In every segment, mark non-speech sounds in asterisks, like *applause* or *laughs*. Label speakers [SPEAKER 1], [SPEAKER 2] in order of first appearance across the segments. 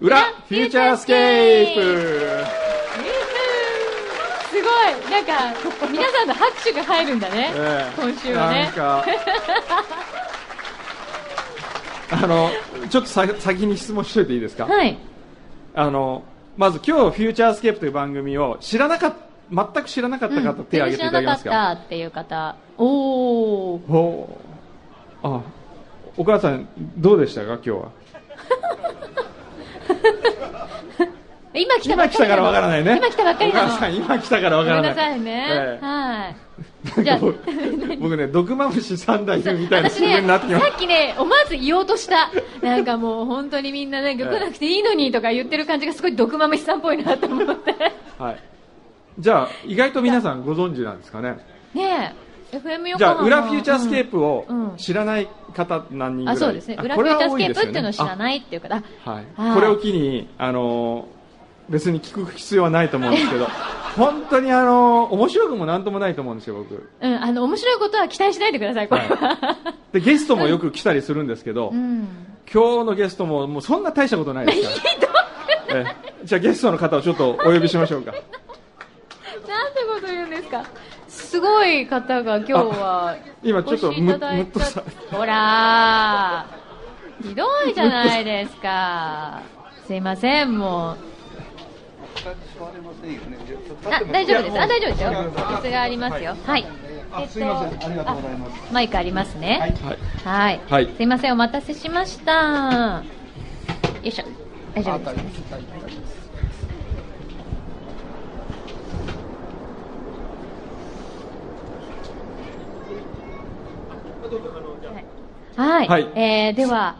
[SPEAKER 1] 裏フューチャースケープ
[SPEAKER 2] すごいなんか皆さんの拍手が入るんだね、
[SPEAKER 1] ええ
[SPEAKER 2] 今週は
[SPEAKER 1] な
[SPEAKER 2] ね
[SPEAKER 1] ん
[SPEAKER 2] *laughs*
[SPEAKER 1] かあのちょっとさ先に質問しといていいですか、
[SPEAKER 2] はい
[SPEAKER 1] あのまず今日フューチャースケープという番組を知らなかっ全く知らなかった方、
[SPEAKER 2] うん
[SPEAKER 1] 手を挙げていただけます
[SPEAKER 2] 知ら
[SPEAKER 1] か
[SPEAKER 2] なかったっていう方おお
[SPEAKER 1] ほうあお母さんどうでしたか今日は
[SPEAKER 2] 今来たば
[SPEAKER 1] 今
[SPEAKER 2] っ
[SPEAKER 1] 来
[SPEAKER 2] か
[SPEAKER 1] たか
[SPEAKER 2] りな
[SPEAKER 1] ら
[SPEAKER 2] の
[SPEAKER 1] わからないね
[SPEAKER 2] 今来たばっかり
[SPEAKER 1] お
[SPEAKER 2] な
[SPEAKER 1] 母さ
[SPEAKER 2] の
[SPEAKER 1] ん今来たからわ
[SPEAKER 2] ご
[SPEAKER 1] から
[SPEAKER 2] めん
[SPEAKER 1] ない
[SPEAKER 2] なさいね、
[SPEAKER 1] ええ
[SPEAKER 2] はい
[SPEAKER 1] なん
[SPEAKER 2] じ
[SPEAKER 1] か
[SPEAKER 2] ゃあ
[SPEAKER 1] 僕僕ね毒まぶし三代目みたいな自
[SPEAKER 2] 私
[SPEAKER 1] 分
[SPEAKER 2] ね、
[SPEAKER 1] になってきま
[SPEAKER 2] さ
[SPEAKER 1] す
[SPEAKER 2] っきね、思わず言おうとした。なんかもう本当にみんなね、来なくていいのにとか言ってる感じがすごい毒まめしさんっぽいなと思 *laughs* って。
[SPEAKER 1] はいじゃあ意外と皆さんご存知なんですかね
[SPEAKER 2] ねえ、FM 横浜の。
[SPEAKER 1] じゃあ裏フューチャースケープを
[SPEAKER 2] うんうん
[SPEAKER 1] 知らない方何人ぐらい、
[SPEAKER 2] あ、そうですね。
[SPEAKER 1] あ
[SPEAKER 2] 裏フ
[SPEAKER 1] これ
[SPEAKER 2] ューチャ
[SPEAKER 1] は
[SPEAKER 2] ース
[SPEAKER 1] 多い
[SPEAKER 2] ケ
[SPEAKER 1] で
[SPEAKER 2] ー
[SPEAKER 1] す
[SPEAKER 2] プ
[SPEAKER 1] よね
[SPEAKER 2] っていうのを知らないっていう方。
[SPEAKER 1] あはい
[SPEAKER 2] はい
[SPEAKER 1] これを機にあのー別に聞く必要はないと思うんですけ
[SPEAKER 2] *laughs*
[SPEAKER 1] ど本当にあのー面白くもなんともないと思うんですよ僕
[SPEAKER 2] うん、あの、面白いことは期待しないでください、これは。
[SPEAKER 1] でゲストもよく来たりするんですけど、
[SPEAKER 2] うん。
[SPEAKER 1] 今日のゲストももうそんな大したことない
[SPEAKER 2] *laughs*
[SPEAKER 1] ですからええじゃあゲストの方をちょっとお呼びしましょう
[SPEAKER 2] *laughs*
[SPEAKER 1] か
[SPEAKER 2] なんてこと言うんですか。すごい方が今日は。
[SPEAKER 1] 今ちょっとむ
[SPEAKER 2] お越しいただい
[SPEAKER 1] むっとさ
[SPEAKER 2] たほらーひどいじゃないですかすいませんもうあ大丈夫ですあ大丈夫ですよ椅子がありますよはい
[SPEAKER 3] あすいませんありがとうございます
[SPEAKER 2] マイクありますね
[SPEAKER 1] はい
[SPEAKER 2] はい
[SPEAKER 1] はい
[SPEAKER 2] すいませんお待たせしましたよいしょ大丈夫ですはい、
[SPEAKER 1] はい
[SPEAKER 2] えーでは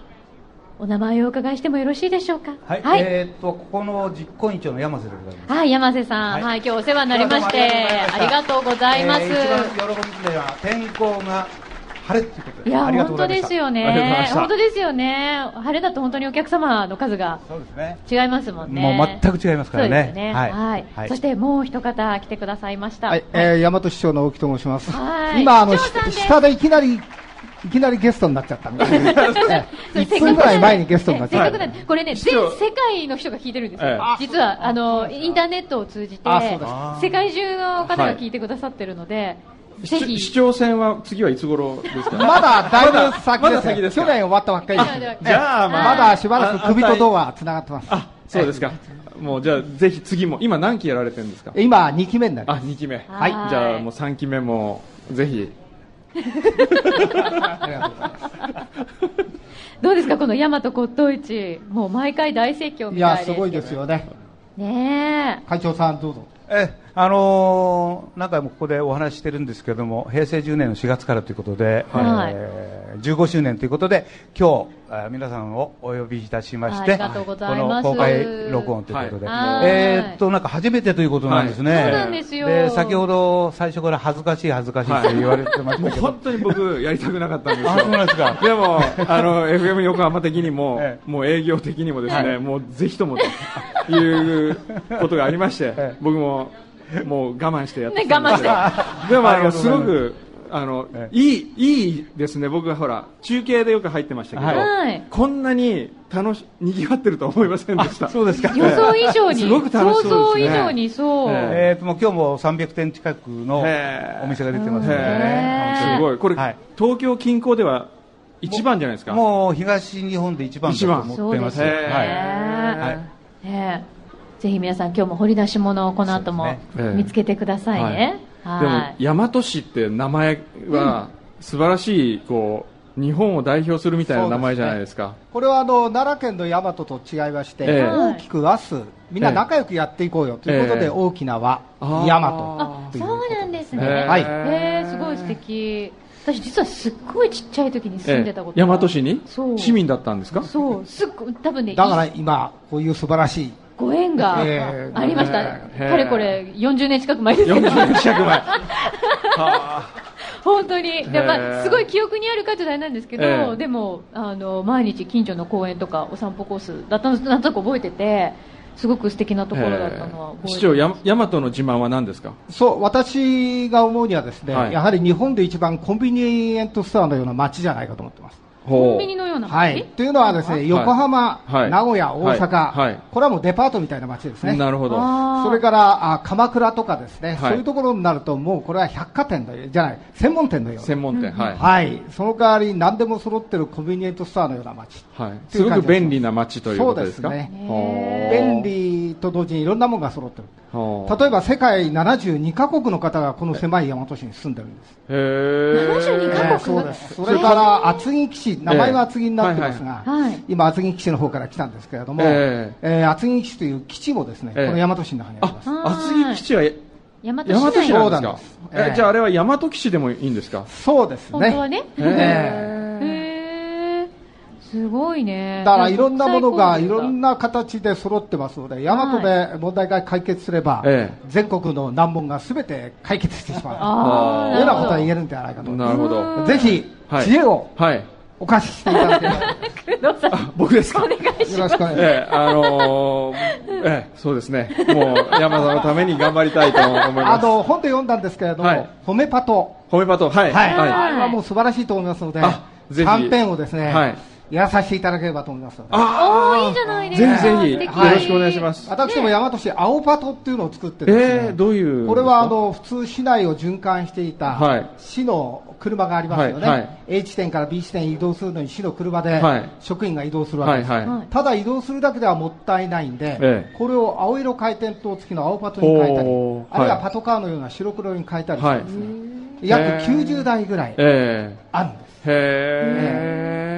[SPEAKER 2] お名前をお伺いしてもよろしいでしょうか
[SPEAKER 3] はい、
[SPEAKER 2] はい、
[SPEAKER 3] えーっとここの実行委員長の山瀬でございます
[SPEAKER 2] はい山瀬さん、は、
[SPEAKER 3] はいい
[SPEAKER 2] 今日お世話になりましてありがとうございます。
[SPEAKER 3] えー一番喜びでは天候が晴れっていうこと
[SPEAKER 2] い
[SPEAKER 3] で
[SPEAKER 2] や
[SPEAKER 3] ありがとう
[SPEAKER 2] 本当
[SPEAKER 3] ござい
[SPEAKER 2] で
[SPEAKER 3] ました
[SPEAKER 2] すよ
[SPEAKER 1] ありがとうございま
[SPEAKER 2] ね
[SPEAKER 1] し、た
[SPEAKER 2] 本当ですよね、晴れだと本当にお客様の数が
[SPEAKER 3] そうですね
[SPEAKER 2] 違いますもんね、
[SPEAKER 3] もう全く違いますからね
[SPEAKER 2] そうですよねは
[SPEAKER 3] はいいはい
[SPEAKER 2] そしてもう一方、来てくださいました、
[SPEAKER 4] はい、えー、大和市長の大木と申します。
[SPEAKER 2] はい
[SPEAKER 4] 今あの
[SPEAKER 2] 市長さんです
[SPEAKER 4] 下でいきなりいきなりゲストになっちゃったんで、
[SPEAKER 2] そう
[SPEAKER 4] 1分ぐらい前にゲストになっち
[SPEAKER 2] せっ
[SPEAKER 4] ゃ
[SPEAKER 2] か
[SPEAKER 4] っ
[SPEAKER 2] く
[SPEAKER 4] た。
[SPEAKER 2] なんでこれね、
[SPEAKER 1] 市
[SPEAKER 2] 全
[SPEAKER 1] 長
[SPEAKER 2] 世界の人が聞いてるんですよ、
[SPEAKER 1] ええ
[SPEAKER 2] 実はあのインターネットを通じて
[SPEAKER 4] あそうです
[SPEAKER 2] 世界中の方が聞いてくださってるので、ぜひ
[SPEAKER 1] 市長選は次はいつ頃ですか
[SPEAKER 4] まだだいぶ
[SPEAKER 1] ま
[SPEAKER 4] 先
[SPEAKER 1] だ
[SPEAKER 4] で
[SPEAKER 1] 先
[SPEAKER 4] す
[SPEAKER 1] で
[SPEAKER 4] よ。
[SPEAKER 1] すか
[SPEAKER 4] 去年終わったばっかりです
[SPEAKER 2] 去年終わったばっかり
[SPEAKER 1] じゃあ、ま
[SPEAKER 4] ま
[SPEAKER 1] あ、
[SPEAKER 4] だしばらく首と胴は繋がってます。
[SPEAKER 1] あそうですかもうじゃあぜひ次も今何期やられてるんですか
[SPEAKER 4] 今2期目になり
[SPEAKER 1] あ
[SPEAKER 4] ます。
[SPEAKER 1] 2期目
[SPEAKER 2] はい
[SPEAKER 1] じゃあもう3期目もぜひ
[SPEAKER 4] ありがとうございます。
[SPEAKER 2] どうですか、この大和骨董市、もう毎回大盛況み
[SPEAKER 4] い
[SPEAKER 2] たい
[SPEAKER 4] や
[SPEAKER 2] です
[SPEAKER 4] す
[SPEAKER 2] けど
[SPEAKER 4] ごいですよね。
[SPEAKER 2] ね
[SPEAKER 4] 会長さんどうぞ。
[SPEAKER 3] えあのー何回もここでお話ししてるんですけども平成10年の4月からということで、
[SPEAKER 2] はい
[SPEAKER 3] えー15周年ということで今日えー皆さんをお呼びいたしまし
[SPEAKER 2] あ
[SPEAKER 3] て
[SPEAKER 2] りがとうご
[SPEAKER 3] こ
[SPEAKER 2] ざいます
[SPEAKER 3] の公開録音ということで、
[SPEAKER 2] はい
[SPEAKER 3] えーっとなんか初めてということなんですね、
[SPEAKER 2] はいそうなんですよ
[SPEAKER 3] 先ほど最初から恥ずかしい恥ずかしいって言われてまし
[SPEAKER 1] も
[SPEAKER 3] た
[SPEAKER 1] う
[SPEAKER 3] けど、
[SPEAKER 1] 本当に僕やりたくなかったんですよ
[SPEAKER 3] あそうなんですか
[SPEAKER 1] でもあの FM 横浜的にも、
[SPEAKER 3] え
[SPEAKER 1] もう営業的にもですね、
[SPEAKER 3] はい
[SPEAKER 1] もうぜひともということがありまして、
[SPEAKER 3] ええ
[SPEAKER 1] 僕ももう我慢してやってき
[SPEAKER 2] ね
[SPEAKER 1] たんですよ
[SPEAKER 2] 我
[SPEAKER 1] でもあ
[SPEAKER 3] あり
[SPEAKER 1] の
[SPEAKER 3] がとうご
[SPEAKER 1] す
[SPEAKER 3] ざい
[SPEAKER 1] ご
[SPEAKER 3] ます
[SPEAKER 1] くあの、
[SPEAKER 3] ええ
[SPEAKER 1] いいいいですね僕はほら中継でよく入ってましたけど、
[SPEAKER 2] はい
[SPEAKER 1] こんなに楽し賑わってるとは思いませんでした
[SPEAKER 3] あそうですか
[SPEAKER 2] え、予想以上に、
[SPEAKER 1] すごく楽し
[SPEAKER 2] 想
[SPEAKER 1] そう
[SPEAKER 2] 像
[SPEAKER 1] で
[SPEAKER 2] 以
[SPEAKER 1] すね
[SPEAKER 2] 上にそう、
[SPEAKER 1] え
[SPEAKER 3] えー、ともう今日も300店近くの
[SPEAKER 1] へー
[SPEAKER 3] お店が出てますので
[SPEAKER 2] へ
[SPEAKER 3] ね
[SPEAKER 2] ー、
[SPEAKER 1] すごい、これ、
[SPEAKER 3] はい
[SPEAKER 1] 東京近郊では一番じゃないですか。
[SPEAKER 3] もう東日本で一番だと思
[SPEAKER 2] そ
[SPEAKER 3] っ
[SPEAKER 2] う
[SPEAKER 3] て
[SPEAKER 2] で
[SPEAKER 3] ますす
[SPEAKER 2] よね、
[SPEAKER 1] はい
[SPEAKER 2] ねえぜひ皆さん、今日も掘り出し物をこの後も
[SPEAKER 1] そうですね
[SPEAKER 2] 見つけてくださいね。はい
[SPEAKER 1] でも、大和市って名前は素晴らしい、こう、日本を代表するみたいな名前じゃないですか。
[SPEAKER 4] これはあの奈良県の大和と違いまして、
[SPEAKER 1] ええ
[SPEAKER 4] 大きく和数みんな仲良くやっていこうよということ
[SPEAKER 1] ええ
[SPEAKER 4] で大きな和、
[SPEAKER 1] あー
[SPEAKER 4] 大和
[SPEAKER 2] あそうなんですね、
[SPEAKER 1] へえ
[SPEAKER 4] はい
[SPEAKER 2] へえすごい素敵私、実はすっごいちっちゃい時に住んでたこと
[SPEAKER 1] ええ
[SPEAKER 2] が
[SPEAKER 1] 大和市に
[SPEAKER 2] そう
[SPEAKER 1] 市民だったんですか
[SPEAKER 2] そう、すっごい多分ね、
[SPEAKER 4] だから今こういう素晴らしい
[SPEAKER 2] ご縁が
[SPEAKER 4] ええ
[SPEAKER 2] ありました、
[SPEAKER 1] ええ
[SPEAKER 2] かれこれ40年近く前ですけど、
[SPEAKER 1] 40年近く前。
[SPEAKER 2] 本当に、でま
[SPEAKER 1] へ
[SPEAKER 2] あ、
[SPEAKER 1] え
[SPEAKER 2] すごい記憶にある方じゃないなんですけど、
[SPEAKER 1] ええ
[SPEAKER 2] でもあの毎日近所の公園とかお散歩コースだったのなんとなく覚えててすごく素敵なところだったのは覚え
[SPEAKER 1] え
[SPEAKER 2] てます
[SPEAKER 1] 市長、や大和の自慢は何ですか
[SPEAKER 4] そう私が思うにはですね、
[SPEAKER 1] はい
[SPEAKER 4] やはり日本で一番コンビニエントストアのような街じゃないかと思ってます。
[SPEAKER 2] コンビニのような
[SPEAKER 4] は
[SPEAKER 2] 街、
[SPEAKER 4] い、というのはですね横浜、
[SPEAKER 1] はい
[SPEAKER 4] 名古屋、大阪、
[SPEAKER 1] はいはい
[SPEAKER 4] これはもうデパートみたいな街ですね、
[SPEAKER 1] なるほど。
[SPEAKER 2] あー
[SPEAKER 4] それからあ鎌倉とかです
[SPEAKER 1] は
[SPEAKER 4] ね、
[SPEAKER 1] い
[SPEAKER 4] そういうところになると、もうこれは百貨店だよじゃない、専門店のような、
[SPEAKER 1] 専門店、はい。
[SPEAKER 4] はい、その代わり何でも揃ってるコンビニエントストアのような街、
[SPEAKER 1] はい、すごく便利な街ということですか
[SPEAKER 4] そうですね
[SPEAKER 1] ほ
[SPEAKER 4] 便
[SPEAKER 1] う
[SPEAKER 4] 利と同時にいろんなものが揃ってる、
[SPEAKER 1] ほう
[SPEAKER 4] 例えば世界72カ国の方がこの狭い大和市に住んでるんです。
[SPEAKER 1] へー
[SPEAKER 2] 72カ
[SPEAKER 4] ええ
[SPEAKER 2] 国
[SPEAKER 4] そうですそれから厚木基地、名前は厚木になってますが、
[SPEAKER 2] ええはいはい
[SPEAKER 4] 今、厚木基地の方から来たんですけれども、
[SPEAKER 1] え
[SPEAKER 4] えー厚木基地という基地もですね、
[SPEAKER 1] ええ
[SPEAKER 4] この大和市の中にあります。
[SPEAKER 1] あ、厚木基地は
[SPEAKER 2] 大和市
[SPEAKER 1] 大和市
[SPEAKER 2] 内
[SPEAKER 1] なん
[SPEAKER 4] そ
[SPEAKER 1] で
[SPEAKER 4] う
[SPEAKER 1] す
[SPEAKER 4] なん
[SPEAKER 1] か
[SPEAKER 4] です
[SPEAKER 1] え
[SPEAKER 4] ええ
[SPEAKER 1] じゃああれは大和基地でもいいんですか
[SPEAKER 4] そうです
[SPEAKER 2] 本当は
[SPEAKER 4] ね。
[SPEAKER 2] ね、
[SPEAKER 1] へ
[SPEAKER 4] え
[SPEAKER 2] へーすごいね
[SPEAKER 4] だからいろんなものがいろん
[SPEAKER 2] な
[SPEAKER 4] な形で揃ってますので、大和で問題が解決すれば、
[SPEAKER 1] ええ
[SPEAKER 4] 全国の難問がすべて解決してしまう。
[SPEAKER 2] あ
[SPEAKER 1] ー
[SPEAKER 2] あ
[SPEAKER 4] というようなことは言
[SPEAKER 2] *laughs* え
[SPEAKER 4] えるんじゃないかと。
[SPEAKER 1] なるほど
[SPEAKER 2] うん
[SPEAKER 4] ぜひ、
[SPEAKER 1] はい
[SPEAKER 4] 知恵を *laughs*
[SPEAKER 1] はい
[SPEAKER 4] お貸ししていただければ、よ
[SPEAKER 2] 工藤さん
[SPEAKER 1] あ僕ですか
[SPEAKER 2] お願いし
[SPEAKER 4] ろ
[SPEAKER 2] ま
[SPEAKER 4] し
[SPEAKER 2] す
[SPEAKER 4] くお願
[SPEAKER 1] *laughs* え
[SPEAKER 4] いします。
[SPEAKER 1] えあのーええそうですねもう大和のために頑張りたいと思い
[SPEAKER 4] あ
[SPEAKER 1] ます
[SPEAKER 4] の本で読んだんですけれども、
[SPEAKER 1] はい
[SPEAKER 4] 褒めパト、
[SPEAKER 1] 褒めパトはい
[SPEAKER 4] はい
[SPEAKER 2] はい
[SPEAKER 4] あれはもう素晴らしいと思いますので、
[SPEAKER 1] あぜひ
[SPEAKER 4] 短編をですね、
[SPEAKER 1] はい
[SPEAKER 4] やらさせていただければと思います。
[SPEAKER 1] あ
[SPEAKER 2] おーいいじゃない
[SPEAKER 1] ー
[SPEAKER 2] ですか
[SPEAKER 1] ぜひぜひよ
[SPEAKER 2] 素敵
[SPEAKER 1] ろしくお願いします
[SPEAKER 4] 私も大和市青パトっていうのを作ってですね、
[SPEAKER 1] ええどういう
[SPEAKER 4] これはあの普通市内を循環していた
[SPEAKER 1] はい
[SPEAKER 4] 市の車がありますよね、
[SPEAKER 1] はいはい
[SPEAKER 4] A 地点から B 地点に移動するのに市の車で
[SPEAKER 1] はい
[SPEAKER 4] 職員が移動するわ
[SPEAKER 1] は
[SPEAKER 4] け
[SPEAKER 1] い
[SPEAKER 4] です、
[SPEAKER 1] はい
[SPEAKER 4] ただ移動するだけではもったいないんで、
[SPEAKER 1] ええ
[SPEAKER 4] これを青色回転灯付きの青パトに変えたり
[SPEAKER 1] ほう
[SPEAKER 4] あるいは
[SPEAKER 1] はい
[SPEAKER 4] パトカーのような白黒に変えたりして
[SPEAKER 1] はい
[SPEAKER 4] ですね、
[SPEAKER 1] い
[SPEAKER 4] 約90台ぐらい
[SPEAKER 1] ええ
[SPEAKER 4] あるんです
[SPEAKER 1] へえ。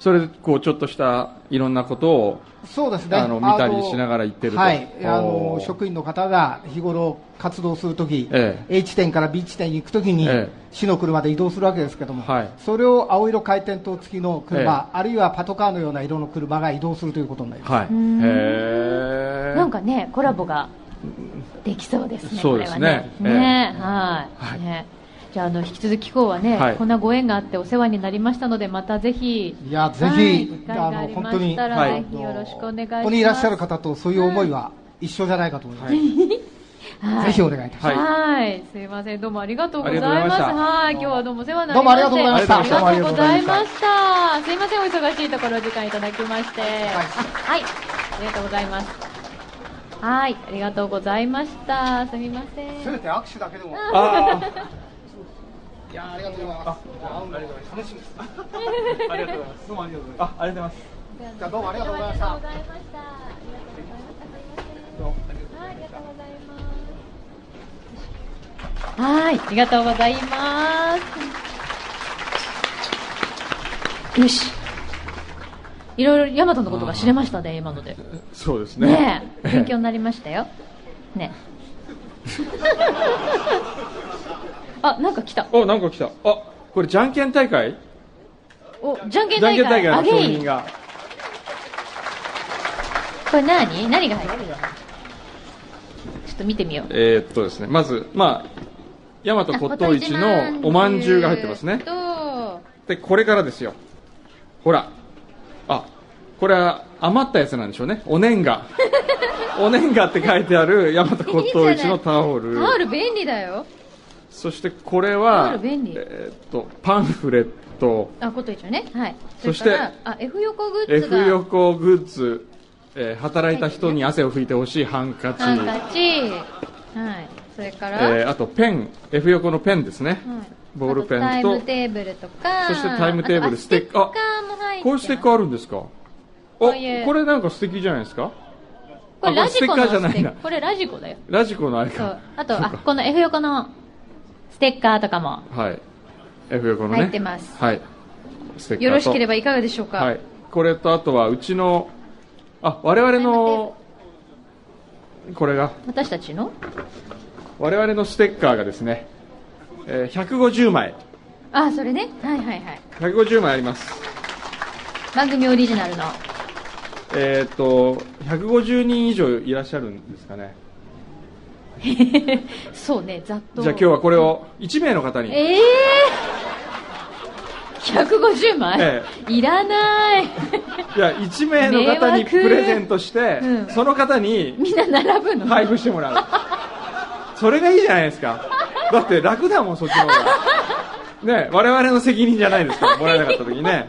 [SPEAKER 1] それでこうちょっとしたいろんなことを
[SPEAKER 4] そうですね。
[SPEAKER 1] あの見たりしながら行ってると
[SPEAKER 4] はい。あ
[SPEAKER 1] お
[SPEAKER 4] の
[SPEAKER 1] ー
[SPEAKER 4] 職員の方が日頃活動するとき、
[SPEAKER 1] え
[SPEAKER 4] A 地点から B 地点に行くときに、
[SPEAKER 1] ええ
[SPEAKER 4] 市の車で移動するわけですけども、
[SPEAKER 1] はい
[SPEAKER 4] それを青色回転灯付きの車
[SPEAKER 1] え、
[SPEAKER 4] あるいはパトカーのような色の車が移動するということになります。
[SPEAKER 1] はい。へ
[SPEAKER 2] ん
[SPEAKER 1] え。
[SPEAKER 2] なんかねコラボができそうですね
[SPEAKER 1] そうですね
[SPEAKER 2] これはねね
[SPEAKER 1] ええ
[SPEAKER 2] はい、
[SPEAKER 1] はい
[SPEAKER 2] ねじゃああの引き続き今日はね、
[SPEAKER 1] はい
[SPEAKER 2] こんなご縁があってお世話になりましたのでまたぜひ
[SPEAKER 4] いやぜひ、
[SPEAKER 2] はい機会
[SPEAKER 4] あ
[SPEAKER 2] があ
[SPEAKER 4] の
[SPEAKER 2] り
[SPEAKER 4] 本
[SPEAKER 2] ま
[SPEAKER 4] 当に
[SPEAKER 2] したら、
[SPEAKER 1] はい
[SPEAKER 2] ぜひよろしくお願いします
[SPEAKER 4] ここにいらっしゃる方とそういう思いは一緒じゃないかと思います。
[SPEAKER 2] はい
[SPEAKER 4] ぜひお願いいたします。
[SPEAKER 2] は、
[SPEAKER 1] はいい
[SPEAKER 2] すいません、どうもありがとうござい
[SPEAKER 1] あ
[SPEAKER 2] ま
[SPEAKER 1] り
[SPEAKER 2] す。
[SPEAKER 1] がとうございました
[SPEAKER 2] はい、今日はどうもお世話にな
[SPEAKER 4] ど
[SPEAKER 2] り
[SPEAKER 4] う
[SPEAKER 2] ま
[SPEAKER 4] もあ
[SPEAKER 2] して
[SPEAKER 4] りがとうございました
[SPEAKER 2] ありがとうござい
[SPEAKER 4] どうもあ
[SPEAKER 2] ま
[SPEAKER 4] り
[SPEAKER 2] した。すいません、お忙しいところお時間いただきまして。はい、ありがとうございます。はい、ありがとうございました。すみませ
[SPEAKER 4] せ
[SPEAKER 2] ん。
[SPEAKER 4] めて握手だけでも。
[SPEAKER 1] あー
[SPEAKER 4] いやありがとうございます。ありがとうございます。楽しみです。
[SPEAKER 1] ありがとうございます。どうもありがとうございます。あ、ありがとうございます。
[SPEAKER 4] じゃあどうもありがとうございまし
[SPEAKER 2] あ
[SPEAKER 4] た
[SPEAKER 2] り。がとうございました。ありがとうございましたはい、ありがとうございます。はい、ありがとうございます。よし。いろいろヤマトのことが知れましたね、今ので。
[SPEAKER 1] そうですね。
[SPEAKER 2] ねえ、勉強になりましたよ。ねえ。あ、なんか来た。
[SPEAKER 1] お、なんか来た。あ、これじゃんけん大会？
[SPEAKER 2] お、じゃんけん
[SPEAKER 1] じゃん
[SPEAKER 2] 大
[SPEAKER 1] けん大会
[SPEAKER 2] 会。ア
[SPEAKER 1] の
[SPEAKER 2] ゲ
[SPEAKER 1] 商
[SPEAKER 2] イ
[SPEAKER 1] 品
[SPEAKER 2] ン。
[SPEAKER 1] が。
[SPEAKER 2] これ何何が入ってるちょっと見てみよう。
[SPEAKER 1] えーっとですね。まずまあ大和骨董市のお饅頭が入ってますね。
[SPEAKER 2] と
[SPEAKER 1] でこれからですよ。ほら。あ、これは余ったやつなんでしょうね。お年
[SPEAKER 2] *laughs*
[SPEAKER 1] 賀。お年賀って書いてある大和骨董市のタオル。
[SPEAKER 2] タオル便利だよ。
[SPEAKER 1] そしてこれ
[SPEAKER 2] タオル
[SPEAKER 1] は、え
[SPEAKER 2] 便利
[SPEAKER 1] ーっとパンフレット、
[SPEAKER 2] あ、こと一応ね。はい。
[SPEAKER 1] そして
[SPEAKER 2] れからあ、F 横グッズ
[SPEAKER 1] F
[SPEAKER 2] が。
[SPEAKER 1] 横グッズ、えー働いた人に汗を拭いてほしいハンカチ、
[SPEAKER 2] ハンカチ。はい。それから、
[SPEAKER 1] えーあとペン、F 横のペンですね、
[SPEAKER 2] はい
[SPEAKER 1] ボールペンと
[SPEAKER 2] あタイムテーブルとか。
[SPEAKER 1] そしてタイムテーブル、
[SPEAKER 2] あとあ
[SPEAKER 1] ステッカー、
[SPEAKER 2] ステッカーも入ってます。
[SPEAKER 1] こういうステッカーあるんですかあ
[SPEAKER 2] こういう
[SPEAKER 1] これなんか素敵じゃないですか
[SPEAKER 2] これラジコの
[SPEAKER 1] あこれステッカーじゃないな
[SPEAKER 2] ステッこれラジコだよ。
[SPEAKER 1] ラジコのあれ
[SPEAKER 2] そ
[SPEAKER 1] か
[SPEAKER 2] う。あと、あ、この F 横のステッカーとかも。
[SPEAKER 1] はい、F 横のね
[SPEAKER 2] 入ってます
[SPEAKER 1] はい、ステッカーと
[SPEAKER 2] よろしければいかがでしょうか。
[SPEAKER 1] はい、これとあとはうちのあ我々のこれが
[SPEAKER 2] 私たちの
[SPEAKER 1] 我々のステッカーがですね、えー150枚
[SPEAKER 2] あ、それね。はいはいはい。
[SPEAKER 1] 150枚あります
[SPEAKER 2] 番組オリジナルの。
[SPEAKER 1] えっ、と150人以上いらっしゃるんですかね
[SPEAKER 2] *laughs* そうね、ざっと。
[SPEAKER 1] じゃあ今日はこれを1名の方に、
[SPEAKER 2] ええー、150枚、
[SPEAKER 1] え
[SPEAKER 2] いらない *laughs*
[SPEAKER 1] いや1名の方に
[SPEAKER 2] 迷惑
[SPEAKER 1] プレゼントして、
[SPEAKER 2] うん
[SPEAKER 1] その方に
[SPEAKER 2] みんな並ぶの、
[SPEAKER 1] 配布してもらうそれがいいじゃないですかだって楽だもんそっちの方がね我々の責任じゃないですからもらえなかった時ね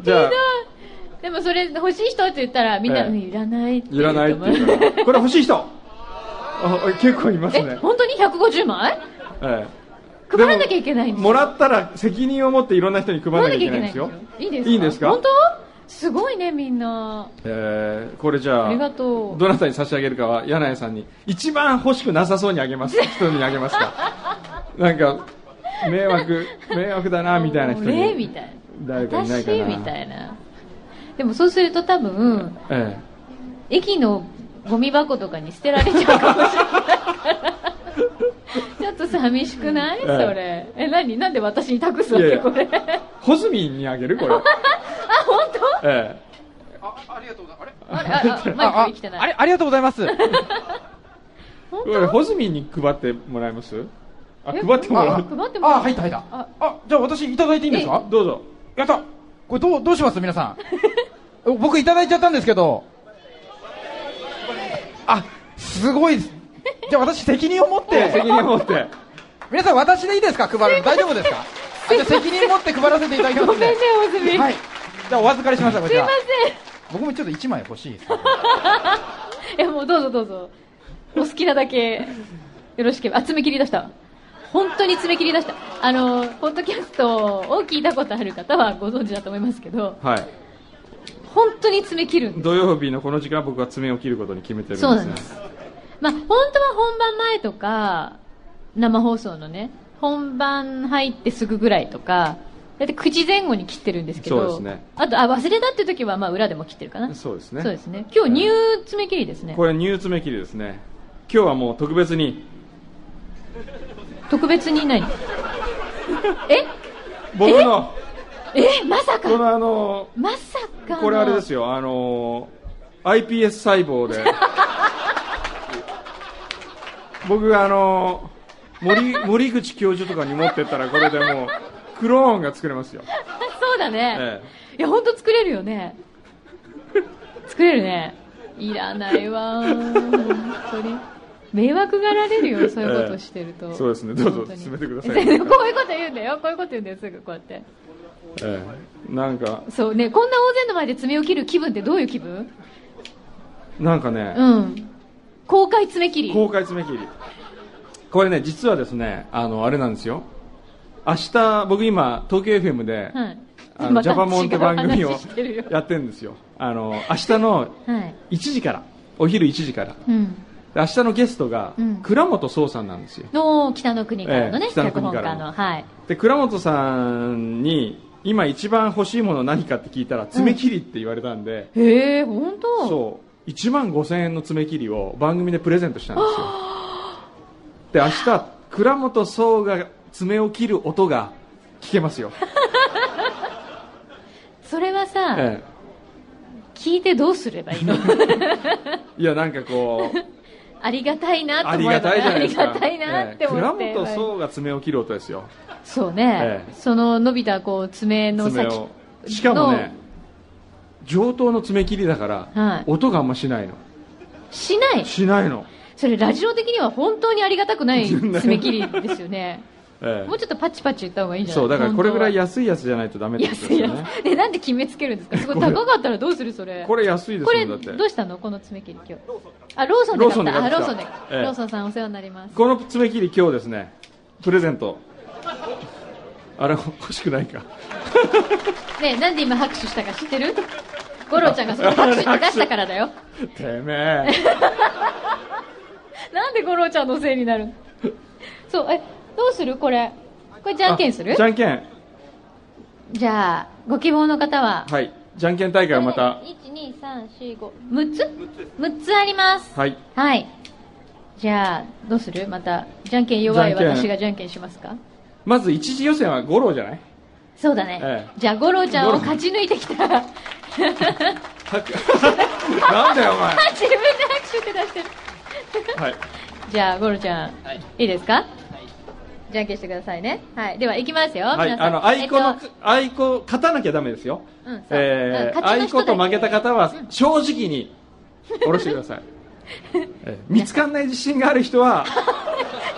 [SPEAKER 1] じゃあ
[SPEAKER 2] ひどいでもそれ欲しい人って言ったらみんな、
[SPEAKER 1] ええ
[SPEAKER 2] うんいらないって
[SPEAKER 1] いらないっていう
[SPEAKER 2] 言
[SPEAKER 1] か
[SPEAKER 2] うと
[SPEAKER 1] らこれ欲しい人あ結構います
[SPEAKER 2] 思うえ
[SPEAKER 1] ね、
[SPEAKER 2] 本当に150枚
[SPEAKER 1] ええ
[SPEAKER 2] 配らなきゃいけないんで
[SPEAKER 1] でも
[SPEAKER 2] すよ
[SPEAKER 1] もらったら責任を持っていろんな人に配らなきゃいけないんですよ
[SPEAKER 2] 配らなきゃいけないんで
[SPEAKER 1] い
[SPEAKER 2] すよい
[SPEAKER 1] い
[SPEAKER 2] い
[SPEAKER 1] ん
[SPEAKER 2] ん
[SPEAKER 1] で
[SPEAKER 2] ですす
[SPEAKER 1] か
[SPEAKER 2] か本当すごいねみんな
[SPEAKER 1] えーこれじゃあ
[SPEAKER 2] ありがとう
[SPEAKER 1] どなたに差し上げるかは柳井さんに一番欲しくなさそうにあげ
[SPEAKER 2] *laughs*
[SPEAKER 1] ます人にあげますかなんか迷
[SPEAKER 2] *laughs*
[SPEAKER 1] 惑迷惑だなみたいな人に
[SPEAKER 2] もう例みたいな
[SPEAKER 1] 誰かいないかな
[SPEAKER 2] 私みたいなでもそうすると多分
[SPEAKER 1] え
[SPEAKER 2] 駅のゴミ箱とかに捨てられちゃうかもしれない
[SPEAKER 5] *laughs*
[SPEAKER 2] からちょっと寂しくない、
[SPEAKER 1] ええ
[SPEAKER 2] それえ何なんで私に託すわ
[SPEAKER 1] いやい
[SPEAKER 2] け
[SPEAKER 1] や
[SPEAKER 2] これ
[SPEAKER 1] えホズミンにあげるこれ
[SPEAKER 2] あ本当
[SPEAKER 1] え
[SPEAKER 2] あれああマイク生きて
[SPEAKER 5] あ
[SPEAKER 2] ない
[SPEAKER 5] れありがとうございます。
[SPEAKER 1] え
[SPEAKER 2] 本
[SPEAKER 1] これホズミンに配ってもらえますあ
[SPEAKER 2] え
[SPEAKER 1] 配ってもらう
[SPEAKER 2] 配ってもらう
[SPEAKER 5] あ、入った入った。
[SPEAKER 2] あ
[SPEAKER 5] あ、じゃあ私いただいていいんですか
[SPEAKER 1] どうぞ
[SPEAKER 5] やったこれどう、どうします皆さん。お僕いただいちゃったんですけど。あ、すごいです。じゃあ私責任を持っ
[SPEAKER 1] で責
[SPEAKER 5] て、
[SPEAKER 1] 任を持って
[SPEAKER 5] 皆さん私でいいですか配るの大丈夫ですかあじゃあ責任持って配らせていただきま
[SPEAKER 2] ご
[SPEAKER 5] す
[SPEAKER 2] めんね
[SPEAKER 5] ね。
[SPEAKER 2] おずみ、
[SPEAKER 5] はい。じゃあお預かりしました、こ
[SPEAKER 2] す
[SPEAKER 5] ち
[SPEAKER 2] い
[SPEAKER 5] ら
[SPEAKER 2] ま。
[SPEAKER 5] 僕もちょっと1枚欲しいです。
[SPEAKER 2] せん *laughs* いやもうどうぞどうぞお好きなだけよろしければあ爪切り出した本当に爪切り出したあのポッドキャストを聞いたことある方はご存知だと思いますけど
[SPEAKER 1] はい
[SPEAKER 2] 本当に爪切るんです
[SPEAKER 1] 土曜日のこの時間僕は爪を切ることに決めてるんです、ね、
[SPEAKER 2] そうなんです。まあ、本当は本番前とか、生放送のね、本番入ってすぐぐらいとか、だって9時前後に切ってるんですけど、
[SPEAKER 1] そうですね
[SPEAKER 2] あと、あ、忘れたって時は、まあ、裏でも切ってるかな。
[SPEAKER 1] そうですね
[SPEAKER 2] そうですね。今日、ニュー爪切りですね。
[SPEAKER 1] これニュー爪切りですね今日はもう特別に
[SPEAKER 2] 特別
[SPEAKER 1] *laughs*
[SPEAKER 2] にない。え
[SPEAKER 1] 僕の
[SPEAKER 2] えまさ
[SPEAKER 1] こ
[SPEAKER 2] か
[SPEAKER 1] のあの
[SPEAKER 2] まさかの
[SPEAKER 1] これあれですよあの iPS 細胞で僕があの森森口教授とかに持ってったらこれでもうクローンが作れますよ
[SPEAKER 2] *laughs* そうだね、
[SPEAKER 1] え
[SPEAKER 2] いや本当作れるよね作れるねいらないわ本当に迷惑がられるよそういうことをしてると、
[SPEAKER 1] ええそうですねどうぞ
[SPEAKER 2] 本当に
[SPEAKER 1] 進めてくださいね
[SPEAKER 2] *laughs* こういうこと言うんだよこういうこと言うんだよすぐこうやって
[SPEAKER 1] ええなんか
[SPEAKER 2] そうねこんな大勢の前で爪を切る気分ってどういう気分
[SPEAKER 1] なんかね、
[SPEAKER 2] うん公開爪切り
[SPEAKER 1] 公開爪切りこれね実はですねあのあれなんですよ明日僕今東京 FM で、
[SPEAKER 2] はい
[SPEAKER 1] あのジャパモンって番組を
[SPEAKER 2] また違う話してるよ
[SPEAKER 1] やってるんですよあの明日の
[SPEAKER 2] はい
[SPEAKER 1] 1時からお昼1時からで
[SPEAKER 2] うん
[SPEAKER 1] 明日のゲストが
[SPEAKER 2] うん
[SPEAKER 1] 倉本壮さんなんですよ
[SPEAKER 2] の北の国からのね、
[SPEAKER 1] ええ北の
[SPEAKER 2] 脚
[SPEAKER 1] 国
[SPEAKER 2] 本
[SPEAKER 1] から
[SPEAKER 2] 家
[SPEAKER 1] の
[SPEAKER 2] のはい
[SPEAKER 1] で倉本さんに今一番欲しいもの何かって聞いたら爪切りって言われたんで、
[SPEAKER 2] へえ本当
[SPEAKER 1] そう1万5000円の爪切りを番組でプレゼントしたんですよ
[SPEAKER 2] *gasps*
[SPEAKER 1] で明日倉本壮が爪を切る音が聞け
[SPEAKER 2] *laughs*
[SPEAKER 1] ますよ、
[SPEAKER 2] それはさ、
[SPEAKER 1] え
[SPEAKER 2] 聞いてどうすればいいの
[SPEAKER 1] え、いやなんかこう
[SPEAKER 2] ありがたいな
[SPEAKER 1] あ
[SPEAKER 2] と
[SPEAKER 1] り
[SPEAKER 2] 思
[SPEAKER 1] が
[SPEAKER 2] えば
[SPEAKER 1] たいじゃない
[SPEAKER 2] あ
[SPEAKER 1] で
[SPEAKER 2] り
[SPEAKER 1] すか
[SPEAKER 2] がたいなって思って、
[SPEAKER 1] ええ倉本壮が爪を切る音ですよ
[SPEAKER 2] そうね、
[SPEAKER 1] ええ
[SPEAKER 2] その伸びたこう爪の
[SPEAKER 1] 爪
[SPEAKER 2] 先
[SPEAKER 1] をしかもね上等の爪切りだから、
[SPEAKER 2] はい
[SPEAKER 1] 音があんましないの
[SPEAKER 2] しない
[SPEAKER 1] しないの、
[SPEAKER 2] それラジオ的には本当にありがたくな
[SPEAKER 1] *laughs*
[SPEAKER 2] い爪切りですよね
[SPEAKER 1] ええ
[SPEAKER 2] もうちょっとパチパチ言った方がいいんじゃない
[SPEAKER 1] そうだからこれぐらい安
[SPEAKER 2] 安
[SPEAKER 1] いやつじゃないとダメってこと
[SPEAKER 2] 安
[SPEAKER 1] で
[SPEAKER 2] い
[SPEAKER 1] すよ
[SPEAKER 2] や
[SPEAKER 1] ね
[SPEAKER 2] つでなんで決めつけるんですかすごい
[SPEAKER 1] これ
[SPEAKER 2] 高かったらどうするそれ
[SPEAKER 1] これ安いです
[SPEAKER 2] こ
[SPEAKER 1] も
[SPEAKER 2] れ
[SPEAKER 1] んだって
[SPEAKER 2] どうしたのこの爪切り今日あローソンで買ったあ
[SPEAKER 1] ロ
[SPEAKER 2] ロ
[SPEAKER 1] ーソ
[SPEAKER 2] ーソ
[SPEAKER 1] ン
[SPEAKER 2] ン
[SPEAKER 1] で
[SPEAKER 2] で
[SPEAKER 1] 買ったええ
[SPEAKER 2] ローソンさんお世話になります
[SPEAKER 1] この爪切り今日ですねプレゼントあれ欲しくないか
[SPEAKER 2] ねえなんで今拍手したか知ってる五郎ちゃんがその拍手って出したからだよ
[SPEAKER 1] てめえ
[SPEAKER 2] *laughs* なんで五郎ちゃんのせいになるの *laughs* そう、え、どうするこれ。これじゃんけんする
[SPEAKER 1] あじゃんけん
[SPEAKER 2] じゃあ、ご希望の方は。
[SPEAKER 1] はいじゃんけん大会はまた
[SPEAKER 2] 1、2、3、4、5。6つ ?6 つあります。
[SPEAKER 1] はい
[SPEAKER 2] はい。じゃあ、どうするまた、じゃんけん弱い
[SPEAKER 1] じゃんけん
[SPEAKER 2] 私がじゃんけんしますか
[SPEAKER 1] まず一次予選は五郎じゃない
[SPEAKER 2] そうだね。
[SPEAKER 1] ええ
[SPEAKER 2] じゃあ、五郎ちゃん
[SPEAKER 1] 五
[SPEAKER 2] を
[SPEAKER 1] 郎
[SPEAKER 2] 勝ち抜いてきた。 *laughs* 自分で
[SPEAKER 1] は *laughs* なんだよお前
[SPEAKER 2] 拍手って出してる。
[SPEAKER 1] はい
[SPEAKER 2] じゃあ、ゴロちゃん、い、いですか、じゃんけんしてくださいね。はい。では、いきますよ。
[SPEAKER 1] はい、
[SPEAKER 2] 皆さん
[SPEAKER 1] あの、アイコ
[SPEAKER 2] え
[SPEAKER 1] の
[SPEAKER 2] っと、
[SPEAKER 1] アイコ、勝たなきゃダメですよ。
[SPEAKER 2] うんそう
[SPEAKER 1] えー、
[SPEAKER 2] うん
[SPEAKER 1] ア
[SPEAKER 2] 勝ちの
[SPEAKER 1] イ
[SPEAKER 2] 人
[SPEAKER 1] コ
[SPEAKER 2] だけ
[SPEAKER 1] と負けた方は
[SPEAKER 2] うん、
[SPEAKER 1] 正直に、おろしてくださ
[SPEAKER 2] *laughs*
[SPEAKER 1] い。えー見つかんない自信がある人は、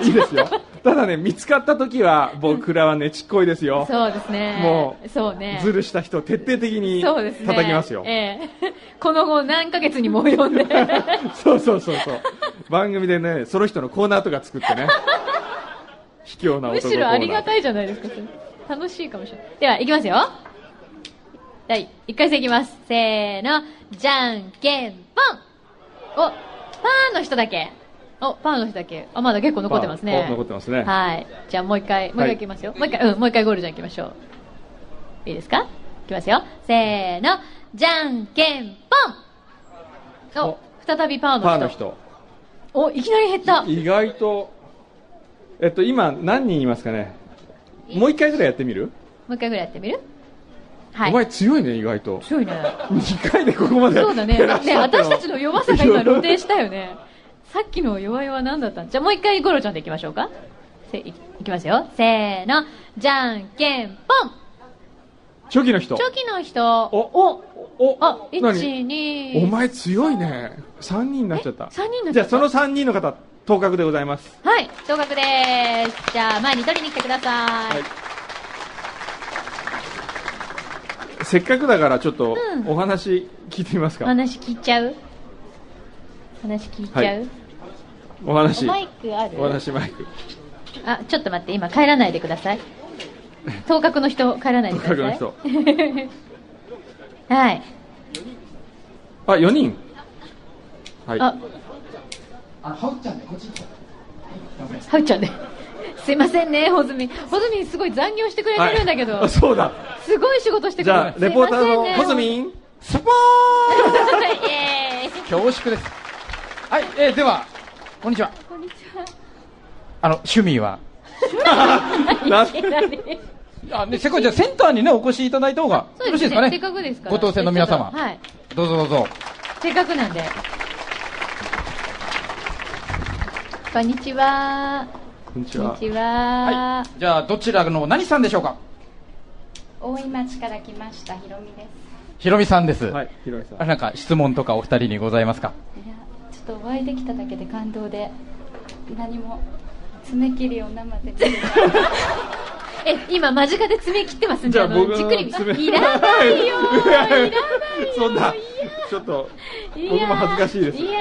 [SPEAKER 1] いいですよ。ただね、見つかった時は、僕らはね、ちっこいですよ。
[SPEAKER 2] そうですね。
[SPEAKER 1] もう、
[SPEAKER 2] そうね。
[SPEAKER 1] ズルした人を徹底的に
[SPEAKER 2] そうですね。
[SPEAKER 1] 叩きますよ。
[SPEAKER 2] え *laughs* えこの後何ヶ月にも及んで。
[SPEAKER 1] *laughs* そうそうそうそう。番組でね、その人のコーナーとか作
[SPEAKER 2] *laughs*
[SPEAKER 1] ってね。卑怯な男コ
[SPEAKER 2] む
[SPEAKER 1] ーナー。
[SPEAKER 2] しろありがたいじゃないですか、それ楽しいかもしれない。では、いきますよ。第1回戦いきます。せーの、じゃんけんぽんお、パーの人だけ。お、パーの人だけ。あ、まだ結構残ってますね
[SPEAKER 1] パ。ーお残ってますね
[SPEAKER 2] はい。じゃあもう一回、もう一
[SPEAKER 1] は
[SPEAKER 2] 回
[SPEAKER 1] い
[SPEAKER 2] いきますよ。もう一回、うん、もう一回ゴールじゃんいきましょう。いいですかいきますよ。せーの、じゃんけんぽんお
[SPEAKER 1] お、
[SPEAKER 2] 再びパーの人。
[SPEAKER 1] パーの人。
[SPEAKER 2] お、いきなり減った。
[SPEAKER 1] 意外と、えっと、今何人いますかね。もう一回ぐらいやってみる、
[SPEAKER 2] もう一回ぐらいやってみるはい。
[SPEAKER 1] お前強いね、意外と。
[SPEAKER 2] 強いね。
[SPEAKER 1] 2回でここまで。
[SPEAKER 2] そ
[SPEAKER 1] *laughs*
[SPEAKER 2] うだね。
[SPEAKER 1] 減らし
[SPEAKER 2] ね、
[SPEAKER 1] っての
[SPEAKER 2] 私たちの弱さが今露呈したよね。さっきの弱いは何だったんじゃあもう一回ゴロちゃんでいきましょうか。せいいきますよ。せーの。じゃんけんぽん
[SPEAKER 1] *laughs* 初期の人
[SPEAKER 2] チ。ョキの人。
[SPEAKER 1] お、お、お、
[SPEAKER 2] あ、一
[SPEAKER 1] 何
[SPEAKER 2] 二
[SPEAKER 1] お前強いね。3人になっちゃった。
[SPEAKER 2] え三人になっち
[SPEAKER 1] じ
[SPEAKER 2] ゃ
[SPEAKER 1] ゃ
[SPEAKER 2] っ
[SPEAKER 1] あ、
[SPEAKER 2] た
[SPEAKER 1] その3人の方、当確でございます。
[SPEAKER 2] はい、合格です。じゃあ前に取りに来てください。
[SPEAKER 1] はいせっかくだから、ちょっと
[SPEAKER 2] うん
[SPEAKER 1] お話聞いてみます
[SPEAKER 2] お
[SPEAKER 1] か。
[SPEAKER 2] 話聞いちゃう話聞いちゃう、
[SPEAKER 1] はお話。
[SPEAKER 2] おマイクある
[SPEAKER 1] お話マイク。
[SPEAKER 2] あ、ちょっと待って、今帰らないでくだ
[SPEAKER 1] *laughs*
[SPEAKER 2] さい。当確の人、帰らないでください。
[SPEAKER 1] 当確
[SPEAKER 2] *laughs* はい。
[SPEAKER 1] あ、4人。はい。
[SPEAKER 2] あ、
[SPEAKER 4] あ、はっちゃんね、こっち
[SPEAKER 2] はうちゃんね。 *laughs* すいませんね、ほずみ。ほずみ、すごい残業してくれてるんだけど、
[SPEAKER 1] はいあそうだ。
[SPEAKER 2] すごい仕事してく
[SPEAKER 1] じ
[SPEAKER 2] れ
[SPEAKER 1] ゃあ、レポーターのホズ
[SPEAKER 2] *laughs* ン。
[SPEAKER 1] ミン。
[SPEAKER 5] スポ
[SPEAKER 2] イエーイ。
[SPEAKER 5] ーン恐縮です。はい、えーでは、こんにちは。
[SPEAKER 2] こんにち
[SPEAKER 5] あの、趣味は
[SPEAKER 2] は。いきなり
[SPEAKER 5] あ、ね、せっかくじゃあセンターにね、お越しいただいた方がよろしいですかね。
[SPEAKER 2] せっかくですから。
[SPEAKER 5] ご当選の皆様。
[SPEAKER 2] はい。
[SPEAKER 5] どうぞどうぞ。
[SPEAKER 2] せっかくなんで。こんにちは。
[SPEAKER 1] こんにち
[SPEAKER 2] こんに
[SPEAKER 1] は。
[SPEAKER 2] ちは
[SPEAKER 5] は。い。じゃあ、どちらの何さんでしょうか
[SPEAKER 6] 大井町から来ましたひろみで
[SPEAKER 5] ひろみさんです。
[SPEAKER 1] はい、ひろみさん
[SPEAKER 5] あ。れなんか質問とかお二人にございますか
[SPEAKER 6] すいやちょっとお会いできただけで感動で何も爪切りを生で見て
[SPEAKER 2] *laughs* え、今、間近で爪切ってますんで、あのじっくり見
[SPEAKER 1] 爪
[SPEAKER 2] いらないよー。いらないよ
[SPEAKER 1] *laughs*
[SPEAKER 2] ー。
[SPEAKER 1] そんな、ちょっと、僕も恥ずかしいです。
[SPEAKER 2] いやー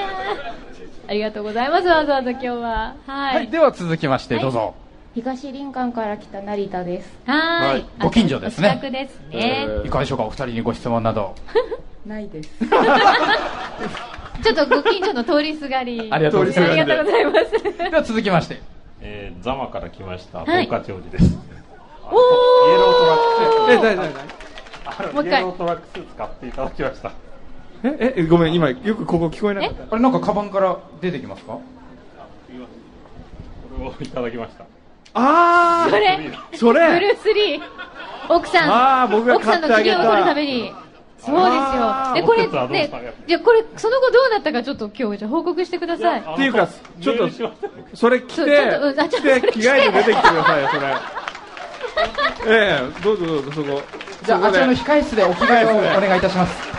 [SPEAKER 2] ありがとうございます、わざわざ今日は。はい。
[SPEAKER 5] では続きまして、
[SPEAKER 2] はい
[SPEAKER 5] どうぞ。
[SPEAKER 6] 東林間から来た成田です
[SPEAKER 2] はーい
[SPEAKER 1] はい
[SPEAKER 2] あ
[SPEAKER 5] ご近所ですね
[SPEAKER 2] お近くですね。
[SPEAKER 1] えー
[SPEAKER 5] いかがでしょうかお二人にご質問など。
[SPEAKER 6] ないです
[SPEAKER 2] ちょっとご近所の通りすがり。
[SPEAKER 5] ありがとうございます
[SPEAKER 2] ありがとうございます。
[SPEAKER 5] では続きまして。
[SPEAKER 7] えー、ザマから来ました、
[SPEAKER 2] はい
[SPEAKER 7] ボカチョウジです。
[SPEAKER 2] お
[SPEAKER 7] イエロートラック
[SPEAKER 1] え、だいだいだい
[SPEAKER 7] スーツ
[SPEAKER 2] もう
[SPEAKER 7] あの、
[SPEAKER 2] 一
[SPEAKER 7] イ
[SPEAKER 2] 回
[SPEAKER 7] エロートラックスーツ買っていただきました。
[SPEAKER 1] え、え、ごめん、今、よくここ聞こえなかった。
[SPEAKER 5] あれなんかカバンから出てきますか
[SPEAKER 7] これをいただきました。
[SPEAKER 1] あ
[SPEAKER 2] ーそれ
[SPEAKER 1] ー、そ
[SPEAKER 2] ブル
[SPEAKER 1] れ
[SPEAKER 2] ース・リー奥さん
[SPEAKER 1] あー僕が
[SPEAKER 2] 奥さ
[SPEAKER 1] 買
[SPEAKER 2] ん
[SPEAKER 1] って
[SPEAKER 2] の
[SPEAKER 1] あ
[SPEAKER 2] 機
[SPEAKER 1] げ
[SPEAKER 2] 嫌
[SPEAKER 1] た
[SPEAKER 2] を取るためにそうですよ
[SPEAKER 1] あー
[SPEAKER 2] えこれ
[SPEAKER 7] 僕たちはどう
[SPEAKER 2] ね
[SPEAKER 7] したんや
[SPEAKER 2] じゃあこれその後どうなったかちょっと今日じゃあ報告してください
[SPEAKER 7] あの
[SPEAKER 1] っていうかちょっと
[SPEAKER 7] メールしましたよ
[SPEAKER 1] それ着
[SPEAKER 2] そうちょっとうんあ
[SPEAKER 1] て、
[SPEAKER 2] ち
[SPEAKER 1] 着
[SPEAKER 2] ょっとそれ
[SPEAKER 1] て
[SPEAKER 2] 着、て
[SPEAKER 1] 着替えて出てきてくださいよ、それ。ええ、どうぞどうぞ、そこ。
[SPEAKER 5] じ
[SPEAKER 1] そ
[SPEAKER 5] ゃあ、
[SPEAKER 1] こ
[SPEAKER 5] あ
[SPEAKER 1] で
[SPEAKER 5] ちらの控え室でお着替えをお願いいたします。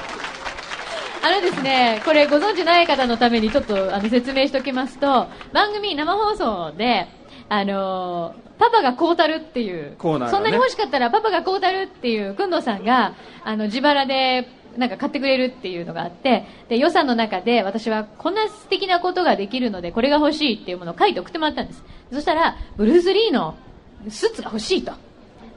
[SPEAKER 2] あのですね、これご存知ない方のためにちょっとあの説明しておきますと、番組生放送で、あのーパパがこうたるっていう、
[SPEAKER 1] コーナーがね
[SPEAKER 2] そんなに欲しかったらパパがこうたるっていう、くんどうさんが、あの、自腹で、なんか買ってくれるっていうのがあって、で、予算の中で私はこんな素敵なことができるので、これが欲しいっていうものを書いて送ってもらったんです。そしたら、ブルース・リーのスーツが欲しいと。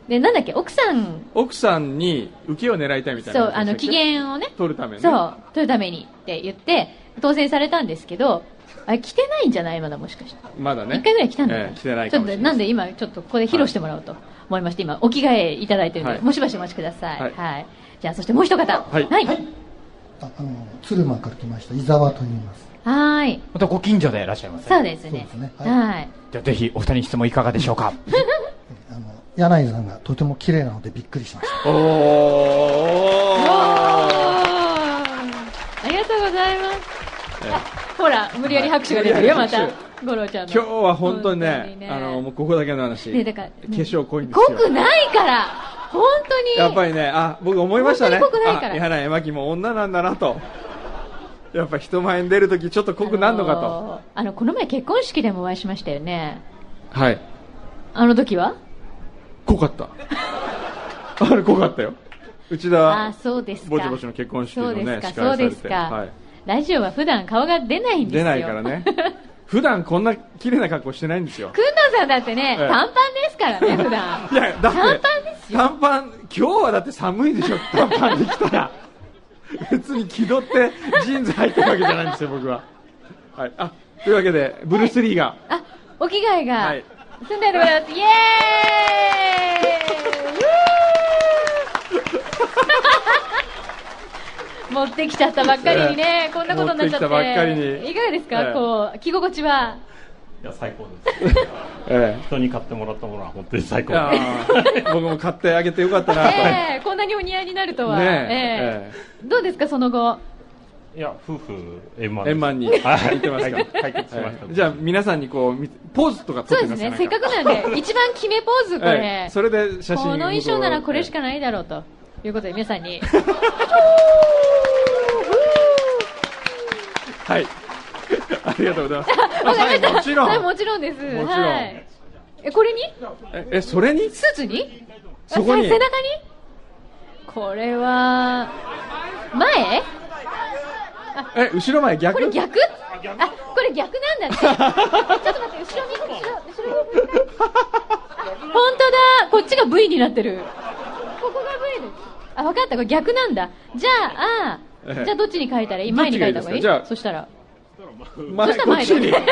[SPEAKER 2] で、なんだっけ、奥さん
[SPEAKER 1] 奥さんに受けを狙いたいみたいな。
[SPEAKER 2] そう、あの、機。嫌をね、
[SPEAKER 1] 取るためにね
[SPEAKER 2] そう、取るためにって言って、当選されたんですけど、あれ、着てないんじゃないまだもしかして。
[SPEAKER 1] まだね。
[SPEAKER 2] 一回ぐらい着たんだよ
[SPEAKER 1] ええ着てないかもし
[SPEAKER 2] ちょ
[SPEAKER 1] れ
[SPEAKER 2] っ
[SPEAKER 1] ない。
[SPEAKER 2] と、なんで今、ちょっとここで披露してもらおうと思いまして、今、お着替えいただいてるので、
[SPEAKER 1] はい
[SPEAKER 2] もしばしお待ちください。は。
[SPEAKER 1] はいい
[SPEAKER 2] じゃあ、そしてもう一方。
[SPEAKER 1] はい
[SPEAKER 2] はい。は
[SPEAKER 8] ああの鶴間から来ました伊沢と言います。
[SPEAKER 2] ーい。
[SPEAKER 5] またご近所でいらっしゃいます。
[SPEAKER 2] そうです
[SPEAKER 8] そう
[SPEAKER 2] ね
[SPEAKER 8] で。すね
[SPEAKER 2] はい。
[SPEAKER 8] は
[SPEAKER 5] じゃあ、ぜひお二人に質問いかがでしょうか
[SPEAKER 8] あの柳井さんがとても綺麗なのでびっくりしました。
[SPEAKER 1] おー。
[SPEAKER 2] おーありがとうございます。あほら、無理やり拍手が出てる
[SPEAKER 1] ええ
[SPEAKER 2] よ、また。五郎ちゃんの。
[SPEAKER 1] 今日は本当に
[SPEAKER 2] 本
[SPEAKER 1] ね、あの、もうここだけの話。
[SPEAKER 2] ねだから
[SPEAKER 1] 化粧濃いんです
[SPEAKER 2] 濃
[SPEAKER 1] よ。
[SPEAKER 2] くないから本当に
[SPEAKER 1] やっぱりね、あ、僕思いましたね。
[SPEAKER 2] 本当に濃くないから
[SPEAKER 1] あ、柳井真紀も女なんだなと。やっぱ人前に出るときちょっと濃くなんのか
[SPEAKER 2] あ
[SPEAKER 1] と。
[SPEAKER 2] のーあのこの前結婚式でもお会いしましたよね
[SPEAKER 1] はい。
[SPEAKER 2] あの時は
[SPEAKER 1] 濃かった。あれ濃かったよ。内
[SPEAKER 2] あ
[SPEAKER 1] 田
[SPEAKER 2] あそうですか
[SPEAKER 1] ぼちぼちの結婚式のね
[SPEAKER 2] そうで
[SPEAKER 1] 司
[SPEAKER 2] す
[SPEAKER 1] 会
[SPEAKER 2] かそ
[SPEAKER 1] され
[SPEAKER 2] う
[SPEAKER 1] て
[SPEAKER 2] ですか、
[SPEAKER 1] はい
[SPEAKER 2] ラジオは普段顔が出ないんです
[SPEAKER 1] 出
[SPEAKER 2] よ
[SPEAKER 1] ないから
[SPEAKER 2] *laughs*
[SPEAKER 1] ね普段こんな綺麗な格好してないんですよ
[SPEAKER 2] くんのさんだってね、
[SPEAKER 1] ええ
[SPEAKER 2] 短パンですからね普
[SPEAKER 1] *laughs*
[SPEAKER 2] 段
[SPEAKER 1] いやだって
[SPEAKER 2] 短パンですよ
[SPEAKER 1] 短パン今日はだって寒いでしょ短パンできたら別に気取ってジーンズ入ってるわけじゃないんですよ僕は、はい、あというわけでブルース・リーが、
[SPEAKER 2] あお着替えが、
[SPEAKER 1] はい
[SPEAKER 2] 済んでおりますイエーイ
[SPEAKER 1] *laughs*
[SPEAKER 2] 持ってきちゃったばっかりにね、こんなことになっちゃって
[SPEAKER 1] 持ってきたばっかりに
[SPEAKER 2] いかがですか、
[SPEAKER 1] ええ
[SPEAKER 2] こう着心地はい
[SPEAKER 7] や、最高です。
[SPEAKER 1] え
[SPEAKER 7] 人に買ってもらったものは本当に最
[SPEAKER 1] え、い
[SPEAKER 7] 高
[SPEAKER 1] や
[SPEAKER 7] です。
[SPEAKER 1] ー僕も買ってあげてよかったなと、
[SPEAKER 2] ええこんなにお似合いになるとは、
[SPEAKER 1] ねえ
[SPEAKER 2] ええどうですか、その後、
[SPEAKER 7] いや、夫婦円満です
[SPEAKER 1] 円満に
[SPEAKER 7] はい
[SPEAKER 1] 言ってますか、
[SPEAKER 7] はい解決しました。
[SPEAKER 1] じゃあ皆さんにこうみポーズとか撮
[SPEAKER 2] そ
[SPEAKER 1] っ
[SPEAKER 2] う
[SPEAKER 1] てみ
[SPEAKER 2] で
[SPEAKER 1] ま
[SPEAKER 2] す
[SPEAKER 1] す
[SPEAKER 2] ね、せっか
[SPEAKER 1] なん
[SPEAKER 2] くな
[SPEAKER 1] *laughs*
[SPEAKER 2] んで、一番決めポーズ、こ
[SPEAKER 1] え
[SPEAKER 2] れ、
[SPEAKER 1] えそれで写真
[SPEAKER 2] この衣装ならこれしか
[SPEAKER 1] い
[SPEAKER 2] ないだろうということで、皆さんに、
[SPEAKER 1] はい *laughs* ありがとうござい
[SPEAKER 2] *laughs*
[SPEAKER 1] ますあ
[SPEAKER 2] わかりまし
[SPEAKER 1] *laughs*
[SPEAKER 2] た
[SPEAKER 1] はいも
[SPEAKER 2] *laughs*
[SPEAKER 1] ちろん
[SPEAKER 2] はい、もちろんです、
[SPEAKER 1] ろん
[SPEAKER 2] はい、えこれに、
[SPEAKER 1] ええそれに
[SPEAKER 2] スーツに、
[SPEAKER 1] そこに
[SPEAKER 2] あさ背中に、これは、前
[SPEAKER 1] え後ろ前逆
[SPEAKER 2] これ逆あこれ逆なん
[SPEAKER 1] *laughs*
[SPEAKER 2] だねちょっと待って後ろ右後ろ後ろ右後ろ本当だこっちが V になってるここが V ですあ分かったこれ逆なんだじゃああ
[SPEAKER 1] え
[SPEAKER 2] ー
[SPEAKER 1] え
[SPEAKER 2] じゃあどっちに書いたらいい前に書いた方がいい
[SPEAKER 1] どっちがいいですかじゃあ
[SPEAKER 2] そしたら
[SPEAKER 1] 前
[SPEAKER 2] そしたら
[SPEAKER 1] こっ
[SPEAKER 2] 前
[SPEAKER 1] ちに
[SPEAKER 2] で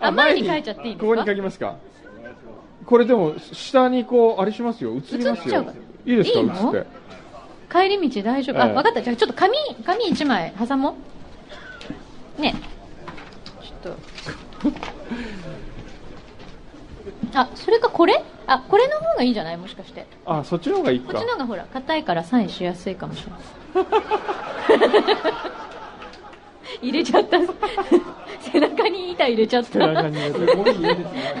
[SPEAKER 2] あ *laughs* 前に書いちゃっていいんですか
[SPEAKER 1] ここに書きますかこれでも下にこうあれしますよ映ります
[SPEAKER 2] 映っちゃ
[SPEAKER 1] よ
[SPEAKER 2] うから
[SPEAKER 1] いいですか
[SPEAKER 2] いい
[SPEAKER 1] 映
[SPEAKER 2] の
[SPEAKER 1] って
[SPEAKER 2] 帰り道大丈夫あ
[SPEAKER 1] ええ
[SPEAKER 2] 分かったじゃあちょっと紙紙1枚挟もうねちょっ
[SPEAKER 1] *laughs*
[SPEAKER 2] とあそれかこれあこれの方がいいんじゃないもしかして
[SPEAKER 1] あそっちの方がいい
[SPEAKER 2] こっ
[SPEAKER 1] か
[SPEAKER 2] ちの方がほら硬いからサインしやすいかもしれない
[SPEAKER 1] *laughs*
[SPEAKER 2] 入れちゃった *laughs* 背中に板入れちゃった
[SPEAKER 1] 背中に入れてこれいいです
[SPEAKER 2] *laughs*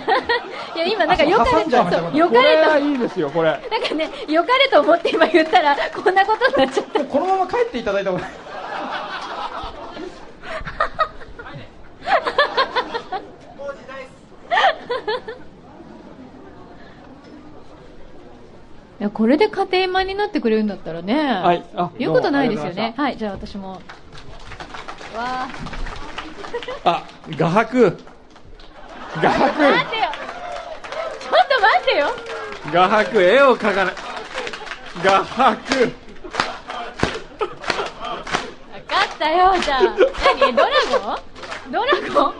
[SPEAKER 2] いや今なんかよかれ
[SPEAKER 8] 挟んじゃいました
[SPEAKER 2] そう
[SPEAKER 8] これ
[SPEAKER 2] よ
[SPEAKER 1] こ
[SPEAKER 2] か
[SPEAKER 1] れ
[SPEAKER 2] れと
[SPEAKER 1] はいいですよこれ
[SPEAKER 2] なんかねよかれと思って今言ったらこんなことになっちゃった
[SPEAKER 5] このまま帰っていただいた方が
[SPEAKER 2] *laughs* いやこれで家庭満になってくれるんだったらね、
[SPEAKER 1] はいあ
[SPEAKER 2] 言うことないですよ
[SPEAKER 1] どうもありがとうございま
[SPEAKER 2] ね
[SPEAKER 1] し、
[SPEAKER 2] はい、じゃあ私も、わあ、
[SPEAKER 1] あ画伯画
[SPEAKER 2] 待っ
[SPEAKER 1] 伯
[SPEAKER 2] てよ、ちょっと待ってよ、
[SPEAKER 1] 画伯絵を描かない画伯
[SPEAKER 2] 分かったよ、じゃあ、何、ドラゴンドラゴンドラゴン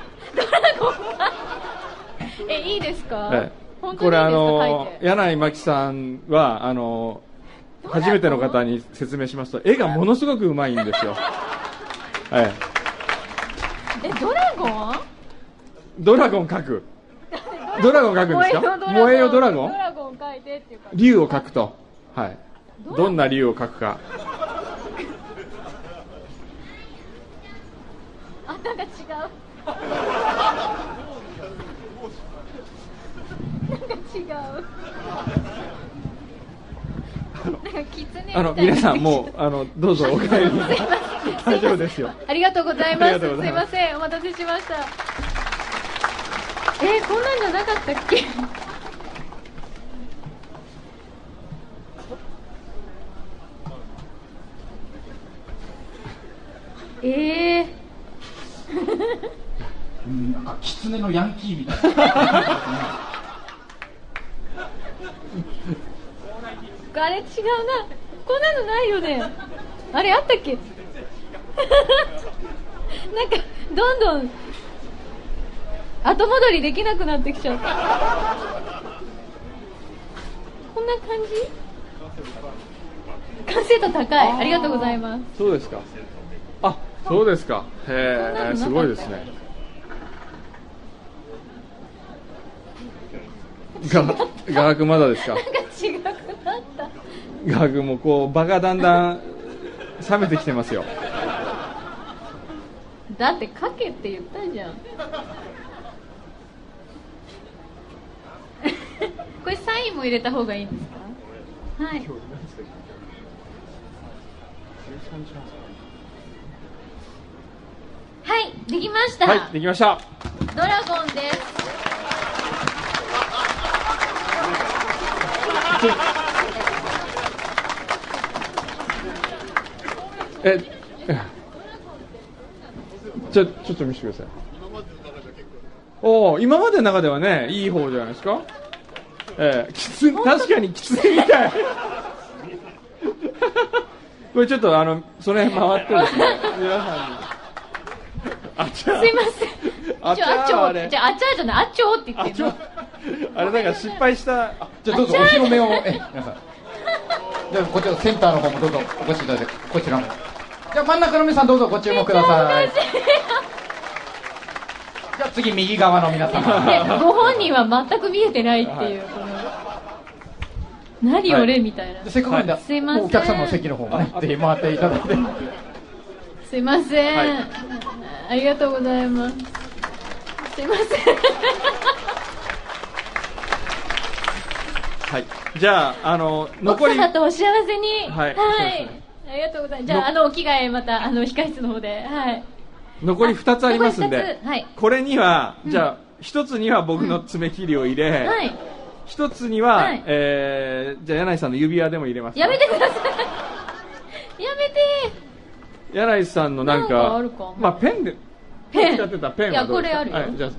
[SPEAKER 2] え、いいですか、
[SPEAKER 1] はい
[SPEAKER 2] 本当にいいですか、
[SPEAKER 1] これあの
[SPEAKER 2] 書いて
[SPEAKER 1] 柳井真紀さんはあの初めての方に説明しますと絵がものすごくうまいんですよ、 *laughs* はい、
[SPEAKER 2] え、ドラゴン
[SPEAKER 1] ドラゴン描くドラゴン描くんですか
[SPEAKER 2] 燃
[SPEAKER 1] 燃
[SPEAKER 2] え
[SPEAKER 1] えよ
[SPEAKER 2] よド
[SPEAKER 1] ド
[SPEAKER 2] ラ
[SPEAKER 1] ラ
[SPEAKER 2] ゴ
[SPEAKER 1] ゴ
[SPEAKER 2] ン
[SPEAKER 1] ン
[SPEAKER 2] ドラゴン書いてっていうか、
[SPEAKER 1] 竜を描くと、はい、どんな竜を描くか
[SPEAKER 2] あ、なんか違う。なんか違う。なんかキツネみたいな
[SPEAKER 1] あの皆さん
[SPEAKER 2] *laughs*
[SPEAKER 1] もうあのどうぞお帰り大丈夫ですよ
[SPEAKER 2] ありがとうございま
[SPEAKER 1] あ
[SPEAKER 2] す。
[SPEAKER 1] りが
[SPEAKER 2] す
[SPEAKER 1] とうござ
[SPEAKER 2] い
[SPEAKER 1] いま
[SPEAKER 2] ますせん、お待たせしました。えー、こんなんじゃなかったっけ。えー、
[SPEAKER 5] なんか狐のヤンキーみたいな
[SPEAKER 2] あれ違うな。こんなのないよね。あれあったっけ *laughs* なんか、どんどん、後戻りできなくなってきちゃった。こんな感じ完成度高い。ありがとうございます。
[SPEAKER 1] そうですかあそうですか
[SPEAKER 2] そんなの
[SPEAKER 1] へ
[SPEAKER 2] なかっ
[SPEAKER 1] え
[SPEAKER 2] た
[SPEAKER 1] すごいですね画画伯まだですか
[SPEAKER 2] なんか違くなった。
[SPEAKER 1] 画伯もこう場がだんだん冷めてきてますよ
[SPEAKER 2] *laughs* だって書けって言ったじゃん。これサインも入れた方がいいんですかはいはいできました、
[SPEAKER 1] はい、できました。
[SPEAKER 2] ドラゴンです
[SPEAKER 1] え、 *laughs* ちょ、ちょっと見せてください。おお、今までの中ではね、いい方じゃないですか。ええ、きつ、確かにきついみたい。 *laughs* これちょっとあの、その辺回ってですね、皆さんに。あちゃ
[SPEAKER 2] すいません
[SPEAKER 1] あ
[SPEAKER 2] ち
[SPEAKER 1] ち
[SPEAKER 2] ょあ
[SPEAKER 1] ゃ
[SPEAKER 2] ちょ
[SPEAKER 1] ー
[SPEAKER 2] あ
[SPEAKER 1] あ
[SPEAKER 2] れ
[SPEAKER 1] れ
[SPEAKER 2] じゃああちゃーじゃないあちょーって言っ
[SPEAKER 1] あ、
[SPEAKER 2] て
[SPEAKER 1] ち
[SPEAKER 2] る
[SPEAKER 1] ょ
[SPEAKER 2] の、
[SPEAKER 1] あれなんか失敗した。あ
[SPEAKER 5] じゃあどうぞお
[SPEAKER 2] あちゃー
[SPEAKER 5] 披露目を、え、皆さん。じゃあこちらセンターの方もどうぞお越しいただいて、こちらも。じゃあ真ん中の皆さんどうぞご注目ください。じゃあ次右側の皆様。
[SPEAKER 2] でご本人は全く見えてないっていう、この何俺、みたいな
[SPEAKER 5] せっかくなんで、
[SPEAKER 2] すいません
[SPEAKER 5] お客様の席の方もね、ぜひ回っていただいて。
[SPEAKER 2] すいません、
[SPEAKER 1] はい
[SPEAKER 2] ありがとうございますすいません
[SPEAKER 1] はい。じゃあ、あの、 *laughs* 残
[SPEAKER 2] 奥
[SPEAKER 1] り。
[SPEAKER 2] 様とお幸せに
[SPEAKER 1] はいそうですね
[SPEAKER 2] ありがとうございますじゃあ
[SPEAKER 1] の
[SPEAKER 2] あのお着替えまたあの控室の方ではい
[SPEAKER 1] 残り2つありますん
[SPEAKER 2] あ残り
[SPEAKER 1] で
[SPEAKER 2] 二、つはい
[SPEAKER 1] これには、
[SPEAKER 2] うん
[SPEAKER 1] じゃあ1つには僕の爪切りを入れ、
[SPEAKER 2] はい
[SPEAKER 1] 1つには、
[SPEAKER 2] はい
[SPEAKER 1] えーじゃあ柳井さんの指輪でも入れますか
[SPEAKER 2] やめてください *laughs* やめて
[SPEAKER 1] 柳井さんのなんか
[SPEAKER 2] なんかあるか
[SPEAKER 1] まあ、ペンで
[SPEAKER 2] ペン
[SPEAKER 1] 使ってたペン
[SPEAKER 2] い
[SPEAKER 1] は
[SPEAKER 2] や
[SPEAKER 1] どう
[SPEAKER 2] こ
[SPEAKER 1] で
[SPEAKER 2] れ
[SPEAKER 1] すか
[SPEAKER 2] あるよ、
[SPEAKER 1] はい、じゃあ
[SPEAKER 2] こ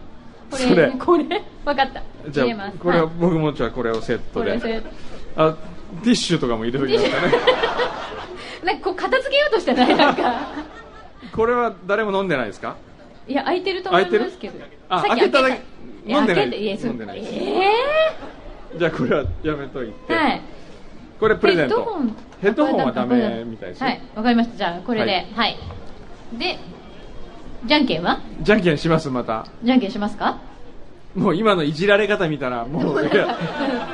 [SPEAKER 2] れ
[SPEAKER 1] それ
[SPEAKER 2] これ分かった
[SPEAKER 1] じゃ
[SPEAKER 2] 入れま
[SPEAKER 1] あ
[SPEAKER 2] す
[SPEAKER 1] これ、は
[SPEAKER 2] はい
[SPEAKER 1] 僕もじゃあこれをセット
[SPEAKER 2] こ
[SPEAKER 1] で
[SPEAKER 2] れで
[SPEAKER 1] あティッシュとかも入れときますかね
[SPEAKER 2] なんかこう片付けようとしてないなんか
[SPEAKER 1] *laughs* これは誰も飲んでないですか
[SPEAKER 2] いや開いてると思いますけど
[SPEAKER 1] あ
[SPEAKER 2] さっき
[SPEAKER 1] 開けただけ
[SPEAKER 2] いや
[SPEAKER 1] 飲んでない
[SPEAKER 2] 開けていやそう
[SPEAKER 1] 飲んでない
[SPEAKER 2] え
[SPEAKER 1] じゃあこれはやめとい
[SPEAKER 2] え
[SPEAKER 1] て、
[SPEAKER 2] はい
[SPEAKER 1] これプレゼント
[SPEAKER 2] ヘ
[SPEAKER 1] ヘ
[SPEAKER 2] ッ
[SPEAKER 1] ッド
[SPEAKER 2] ド
[SPEAKER 1] ホ
[SPEAKER 2] ホン
[SPEAKER 1] ンはダメみたいですよ、
[SPEAKER 2] はいわかりましたじゃあこれで
[SPEAKER 1] はい
[SPEAKER 2] はいでじゃんけんは
[SPEAKER 1] じゃんけんしますまた
[SPEAKER 2] じゃんけんしますか
[SPEAKER 1] もう今のいじられ方見たら、も
[SPEAKER 2] *laughs*
[SPEAKER 1] ういや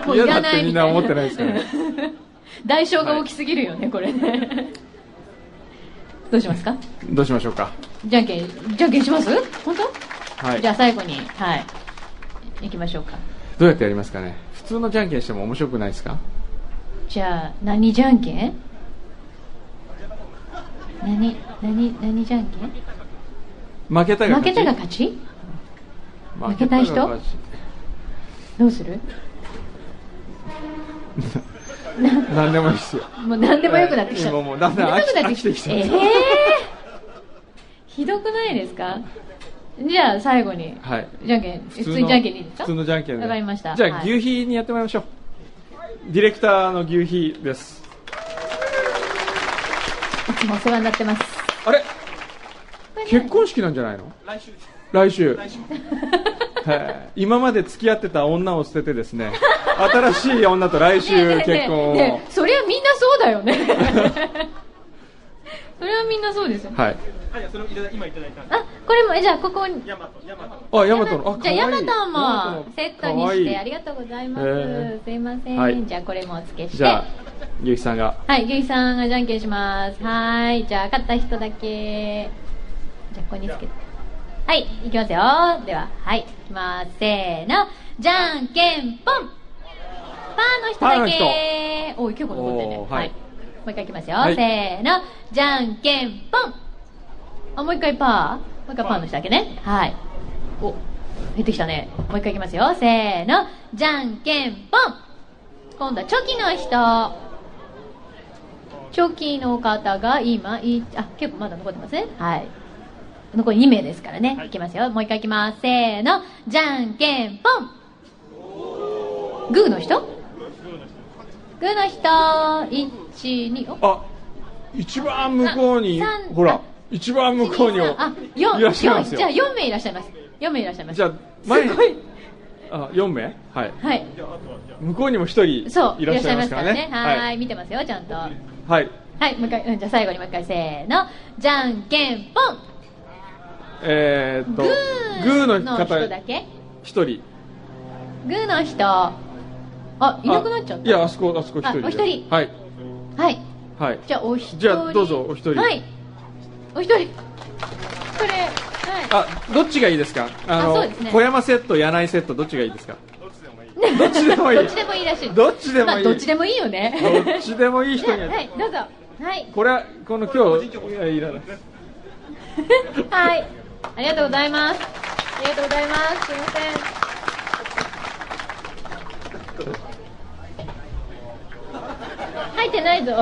[SPEAKER 2] もうい
[SPEAKER 1] 嫌だ
[SPEAKER 2] ら
[SPEAKER 1] っ
[SPEAKER 2] ない
[SPEAKER 1] てみ
[SPEAKER 2] み
[SPEAKER 1] ん
[SPEAKER 2] た
[SPEAKER 1] ない
[SPEAKER 2] な
[SPEAKER 1] 思ってないですよね。
[SPEAKER 2] *laughs* 代償が大きすぎるよねこれねどうしますか
[SPEAKER 1] どうしましょうか。
[SPEAKER 2] じゃんけんじゃんけんします本当
[SPEAKER 1] はい。
[SPEAKER 2] じゃあ
[SPEAKER 1] ど
[SPEAKER 2] 最後に、はい。行きましょうか。
[SPEAKER 1] うやってやりますかね。普通のじゃんけんしても面白くないですか
[SPEAKER 2] じゃあ、何じゃんけん何、何、何じゃんけん
[SPEAKER 1] 負けたが
[SPEAKER 2] 負け
[SPEAKER 1] 勝ち。
[SPEAKER 2] たが勝ち
[SPEAKER 1] 負けたが
[SPEAKER 2] 負けた人
[SPEAKER 1] 勝ち
[SPEAKER 2] どうする
[SPEAKER 1] 何でもいいですよ。
[SPEAKER 2] もう何でもよくなってきちゃった。
[SPEAKER 1] もうもうだんだん飽き
[SPEAKER 2] 何でもよくな
[SPEAKER 1] 飽きてきちゃ
[SPEAKER 2] え
[SPEAKER 1] った
[SPEAKER 2] えひどくないですかじゃあ最後に、
[SPEAKER 1] はい。
[SPEAKER 2] じゃんけん、普通に
[SPEAKER 1] の
[SPEAKER 2] じゃんけんでいいですか
[SPEAKER 1] 普通のじゃんけんで
[SPEAKER 2] わかりました。
[SPEAKER 1] じゃ
[SPEAKER 2] は
[SPEAKER 1] あ、
[SPEAKER 2] い
[SPEAKER 1] 牛皮にやってもらいましょう。ディレクターの牛皮です。
[SPEAKER 2] いつもお世話になってます。
[SPEAKER 1] あれ
[SPEAKER 2] これね
[SPEAKER 1] 結婚式なんじゃないの来週。来週。はい今まで付き合ってた女を捨ててですね、新しい女と来
[SPEAKER 2] ねえね
[SPEAKER 1] 週
[SPEAKER 2] えねえ
[SPEAKER 1] 結婚を。
[SPEAKER 2] ねえそりゃみんなそうだよ
[SPEAKER 1] *laughs*
[SPEAKER 2] ねそれはみんなそうですよね
[SPEAKER 1] はい。
[SPEAKER 2] あこれもえじゃあここに
[SPEAKER 1] あ、ヤマトの。あ、
[SPEAKER 2] じゃあヤマ
[SPEAKER 1] か
[SPEAKER 2] トン
[SPEAKER 1] わいい
[SPEAKER 2] もセットに
[SPEAKER 1] かわ
[SPEAKER 2] し
[SPEAKER 1] い
[SPEAKER 2] て
[SPEAKER 1] い
[SPEAKER 2] ありがとうございます、
[SPEAKER 1] へえ
[SPEAKER 2] すいません、
[SPEAKER 1] はい
[SPEAKER 2] じゃあこれもお付けして
[SPEAKER 1] じゃあ、ゆうきさんが。
[SPEAKER 2] はいゆいさんがじゃんけんしますはいじゃあ勝った人だけじゃあここにつけてはいいきますよでははいいきますせーのじゃんけんぽんパーの人だけおい結構残ってるね
[SPEAKER 1] おー
[SPEAKER 2] は
[SPEAKER 1] はいい、
[SPEAKER 2] もう一回いきますよ、
[SPEAKER 1] はい
[SPEAKER 2] せーのじゃんけんぽんあもう一回パーもう一回パーの人だけねはいお減ってきたねもう一回いきますよせーのじゃんけんぽん今度はチョキの人チョキの方が今いあ結構まだ残ってますねはい残り2名ですからね、い、きますよもう一回いきますせーのじゃんけんぽんグーの人グーの人12お
[SPEAKER 1] あ、一番向こうに
[SPEAKER 2] あ三、
[SPEAKER 1] ほ
[SPEAKER 2] あ
[SPEAKER 1] ら、一番向こうに
[SPEAKER 2] 1 2 3あ四
[SPEAKER 1] いらっしゃいます
[SPEAKER 2] 四じゃあ
[SPEAKER 1] よ。
[SPEAKER 2] 4名いらっしゃいます4名いらっしゃいます
[SPEAKER 1] じゃあ、前
[SPEAKER 2] す
[SPEAKER 1] に
[SPEAKER 2] ごい、
[SPEAKER 1] あ、4名はい。
[SPEAKER 2] はい、
[SPEAKER 1] 向こうにも一人
[SPEAKER 2] そう
[SPEAKER 1] いらっしゃいますからね。
[SPEAKER 2] はーい
[SPEAKER 1] はい。
[SPEAKER 2] 見てますよちゃんとは
[SPEAKER 1] はい。
[SPEAKER 2] いもう一回、うん、じゃあ最後にもう一回せーのじゃんけんぽん
[SPEAKER 1] えーっと、
[SPEAKER 2] グー
[SPEAKER 1] グー
[SPEAKER 2] の
[SPEAKER 1] の
[SPEAKER 2] 人だ
[SPEAKER 1] 方、
[SPEAKER 2] け
[SPEAKER 1] 一人。
[SPEAKER 2] グーの人あいなくなっちゃった
[SPEAKER 1] いや、あそこ、あそこ一
[SPEAKER 2] あ
[SPEAKER 1] 人で。
[SPEAKER 2] お一人
[SPEAKER 1] はい。
[SPEAKER 2] はい
[SPEAKER 1] はい。
[SPEAKER 2] じゃあお一人
[SPEAKER 1] じゃあどうぞお一人
[SPEAKER 2] はいお一人これはい
[SPEAKER 1] あ、どっちがいいですかあ
[SPEAKER 2] あそうですね
[SPEAKER 1] 小山セット、柳井セット、どっちがいいですかどっちでもいい
[SPEAKER 2] どっちでもいいらしい。
[SPEAKER 1] どっちでもいい
[SPEAKER 2] まあどっちでもいいよね。
[SPEAKER 1] どっちでもいい人には
[SPEAKER 2] *laughs* はい、どうぞ。はい。 *laughs*
[SPEAKER 1] これはこの今日いやいらない
[SPEAKER 2] はい。ありがとうございます。ありがとうございます。すいません。
[SPEAKER 1] *laughs*
[SPEAKER 2] 入ってないぞ。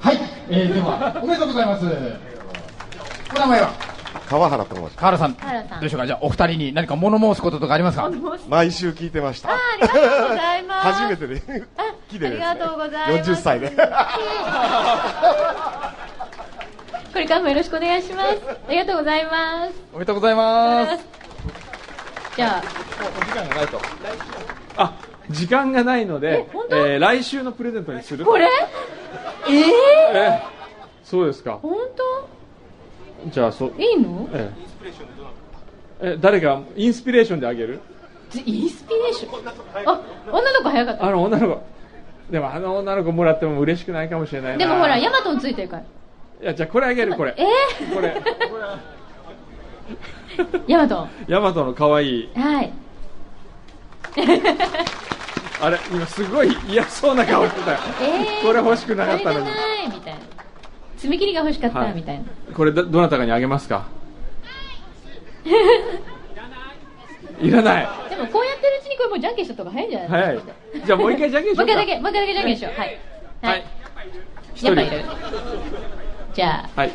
[SPEAKER 5] はい、えー、では、おめでとうございます。お名前は
[SPEAKER 9] 川原と申しま
[SPEAKER 5] 河原さん、
[SPEAKER 2] 河原さん
[SPEAKER 5] どうでしょうか、じゃあ、お二人に何か物申すこととかありますか
[SPEAKER 9] す。毎週聞いてました。
[SPEAKER 2] あありがとうございます
[SPEAKER 9] 初めてで、綺麗です、ね。
[SPEAKER 2] ありがとうございます
[SPEAKER 9] 40歳で。
[SPEAKER 2] *laughs* これからもよろしくお願いします。ありがとうございます。
[SPEAKER 5] おめでとうございます。
[SPEAKER 2] じゃあ、
[SPEAKER 1] あ時間がないので
[SPEAKER 2] え本、当
[SPEAKER 1] えー来週のプレゼントにする
[SPEAKER 2] これ
[SPEAKER 1] え
[SPEAKER 2] えー、
[SPEAKER 1] ーそうですか
[SPEAKER 2] 本
[SPEAKER 1] じゃあそう
[SPEAKER 2] 当いいの
[SPEAKER 1] えええ誰がインスピレーションであげる
[SPEAKER 2] じインスピレーションあ、女の子早かっ
[SPEAKER 1] あ
[SPEAKER 2] た。
[SPEAKER 1] の女の子でもあの女の子もらっても嬉しくないかもしれないな
[SPEAKER 2] でもほら、
[SPEAKER 1] い
[SPEAKER 2] ヤマトンついてるから。
[SPEAKER 1] やじゃあこれあげるこれ
[SPEAKER 2] えー
[SPEAKER 1] これ
[SPEAKER 2] *laughs* ヤマトン。
[SPEAKER 1] ヤマトの可愛い
[SPEAKER 2] はい。
[SPEAKER 1] あれ今すごい嫌そうな顔してたよ、
[SPEAKER 2] えー、
[SPEAKER 1] これ欲しくなかったの
[SPEAKER 2] こ
[SPEAKER 1] に
[SPEAKER 2] れじゃないみたいな爪切りが欲しかった、
[SPEAKER 1] はい
[SPEAKER 2] みたいな *laughs*
[SPEAKER 1] これどどなたかにあげますかいらない
[SPEAKER 2] でもこうやってるうちにこれもうじゃんけんしたとか早いんじゃない
[SPEAKER 1] 早いじゃあもう一回じゃんけんし
[SPEAKER 2] も
[SPEAKER 1] よ
[SPEAKER 2] う
[SPEAKER 1] う
[SPEAKER 2] 一
[SPEAKER 1] か
[SPEAKER 2] 回だけもう一回だけじゃんけんしようはい
[SPEAKER 1] はい
[SPEAKER 2] やっぱい
[SPEAKER 1] 一
[SPEAKER 2] るじゃあ
[SPEAKER 1] はい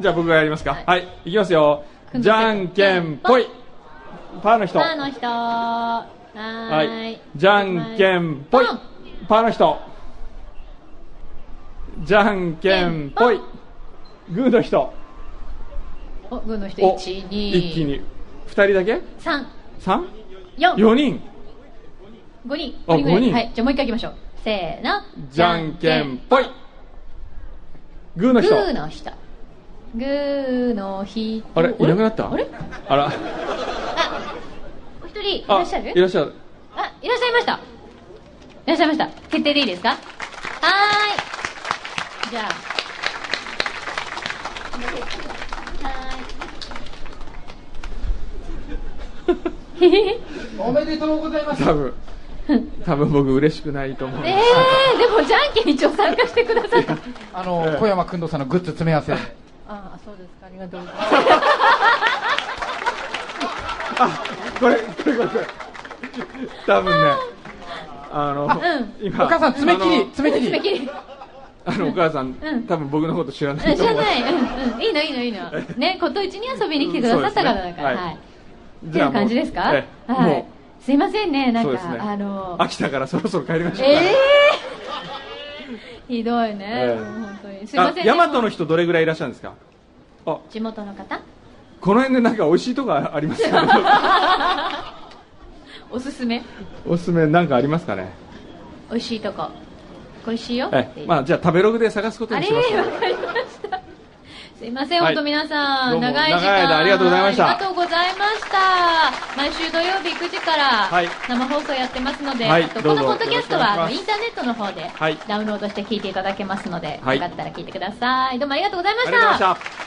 [SPEAKER 1] じゃあ僕がやりますかはい、い、きますよ
[SPEAKER 2] くん
[SPEAKER 1] じ
[SPEAKER 2] どせ
[SPEAKER 1] ゃんけんぽいパーの人
[SPEAKER 2] パーの人はーい
[SPEAKER 1] はいじゃんけんぽい
[SPEAKER 2] ポン
[SPEAKER 1] パーの人じゃんけんぽいグーの人
[SPEAKER 2] おグーの人
[SPEAKER 1] お
[SPEAKER 2] 1 2
[SPEAKER 1] 一気に二人だけ
[SPEAKER 2] 3
[SPEAKER 1] 三
[SPEAKER 2] 4
[SPEAKER 1] 四人
[SPEAKER 2] 5人
[SPEAKER 1] あ
[SPEAKER 2] 5人ぐらい
[SPEAKER 1] 五人
[SPEAKER 2] はいじゃあもう一回いきましょうせーの
[SPEAKER 1] じゃんけんぽいグーの
[SPEAKER 2] グ
[SPEAKER 1] 人
[SPEAKER 2] ーの人グーの人
[SPEAKER 1] あれいなくなった
[SPEAKER 2] あれ
[SPEAKER 1] あら
[SPEAKER 2] あお一人い
[SPEAKER 1] あ
[SPEAKER 2] らっしゃる
[SPEAKER 1] いらっしゃる
[SPEAKER 2] あ、いらっしゃいました。いらっしゃいました。決定でいいですかはーい。じゃあ。はーい。
[SPEAKER 5] おめでとうございます。
[SPEAKER 1] 多分多分僕嬉しくないと思う
[SPEAKER 2] えー、でもじゃんけん一応参加してくださった。
[SPEAKER 5] あの、小山君堂さんのグッズ詰め合わせ。
[SPEAKER 2] ああ、そうですか。ありがとうござい
[SPEAKER 1] あこれこれこれこれ多分ねあの
[SPEAKER 2] う
[SPEAKER 1] 今
[SPEAKER 5] お母さん、爪切り、爪
[SPEAKER 2] ます。爪
[SPEAKER 5] 切り。
[SPEAKER 2] 切り。
[SPEAKER 1] あのお母さん、
[SPEAKER 2] うん
[SPEAKER 1] 多分僕のこと知らな
[SPEAKER 2] うん
[SPEAKER 1] い
[SPEAKER 2] 知
[SPEAKER 1] と思
[SPEAKER 2] ら
[SPEAKER 1] う
[SPEAKER 2] ない。うんうん。いいの、いいの、いいの。ね、こと一に遊びに来てくださったからだから。
[SPEAKER 1] うんそうですね
[SPEAKER 2] はい。って
[SPEAKER 1] じ
[SPEAKER 2] い
[SPEAKER 1] ゃあも
[SPEAKER 2] う
[SPEAKER 1] う
[SPEAKER 2] 感じですか
[SPEAKER 1] ええ
[SPEAKER 2] は
[SPEAKER 1] も
[SPEAKER 2] い。すいませんね、
[SPEAKER 1] う
[SPEAKER 2] な
[SPEAKER 1] そうんですね
[SPEAKER 2] か、あの、
[SPEAKER 1] 飽きたからそろそろ帰りましょう
[SPEAKER 2] ええ *laughs* ひどいね、
[SPEAKER 1] ええ
[SPEAKER 2] 本当に。すい
[SPEAKER 1] あ
[SPEAKER 2] ません、ね。
[SPEAKER 1] 大和の
[SPEAKER 2] も
[SPEAKER 1] 人どれぐらいいらっしゃるんですかあ
[SPEAKER 2] う地元の *laughs* 方
[SPEAKER 1] この辺でなんか美味しいとこありますか、
[SPEAKER 2] *laughs* おすすめ
[SPEAKER 1] おすすめなんかありますかね
[SPEAKER 2] 美味しいとこ。美味しいよって
[SPEAKER 1] え
[SPEAKER 2] いう
[SPEAKER 1] まあじゃあ食べログで探すこと
[SPEAKER 2] あ
[SPEAKER 1] にし
[SPEAKER 2] れ
[SPEAKER 1] ましょ
[SPEAKER 2] わ
[SPEAKER 1] う
[SPEAKER 2] かりました。すいません、
[SPEAKER 1] はい
[SPEAKER 2] 本当皆さ
[SPEAKER 1] ど
[SPEAKER 2] ん、
[SPEAKER 1] うも
[SPEAKER 2] 長い時
[SPEAKER 1] 長い間
[SPEAKER 2] 間。
[SPEAKER 1] ありがとうございました
[SPEAKER 2] ありがとうございました毎週土曜日9時から、
[SPEAKER 1] はい
[SPEAKER 2] 生放送やってますので、
[SPEAKER 1] はい
[SPEAKER 2] あと
[SPEAKER 1] ど
[SPEAKER 2] こ
[SPEAKER 1] うぞ
[SPEAKER 2] のポッドキャスト
[SPEAKER 1] よ
[SPEAKER 2] は、あ
[SPEAKER 1] ろ
[SPEAKER 2] の
[SPEAKER 1] し
[SPEAKER 2] イ
[SPEAKER 1] く
[SPEAKER 2] ンターネットの方で、
[SPEAKER 1] はい
[SPEAKER 2] ダウンロードして聞いていただけますので、
[SPEAKER 1] はい
[SPEAKER 2] よかったら聞いてください。どうもありがとうございま
[SPEAKER 1] あ
[SPEAKER 2] し
[SPEAKER 1] りがとうございました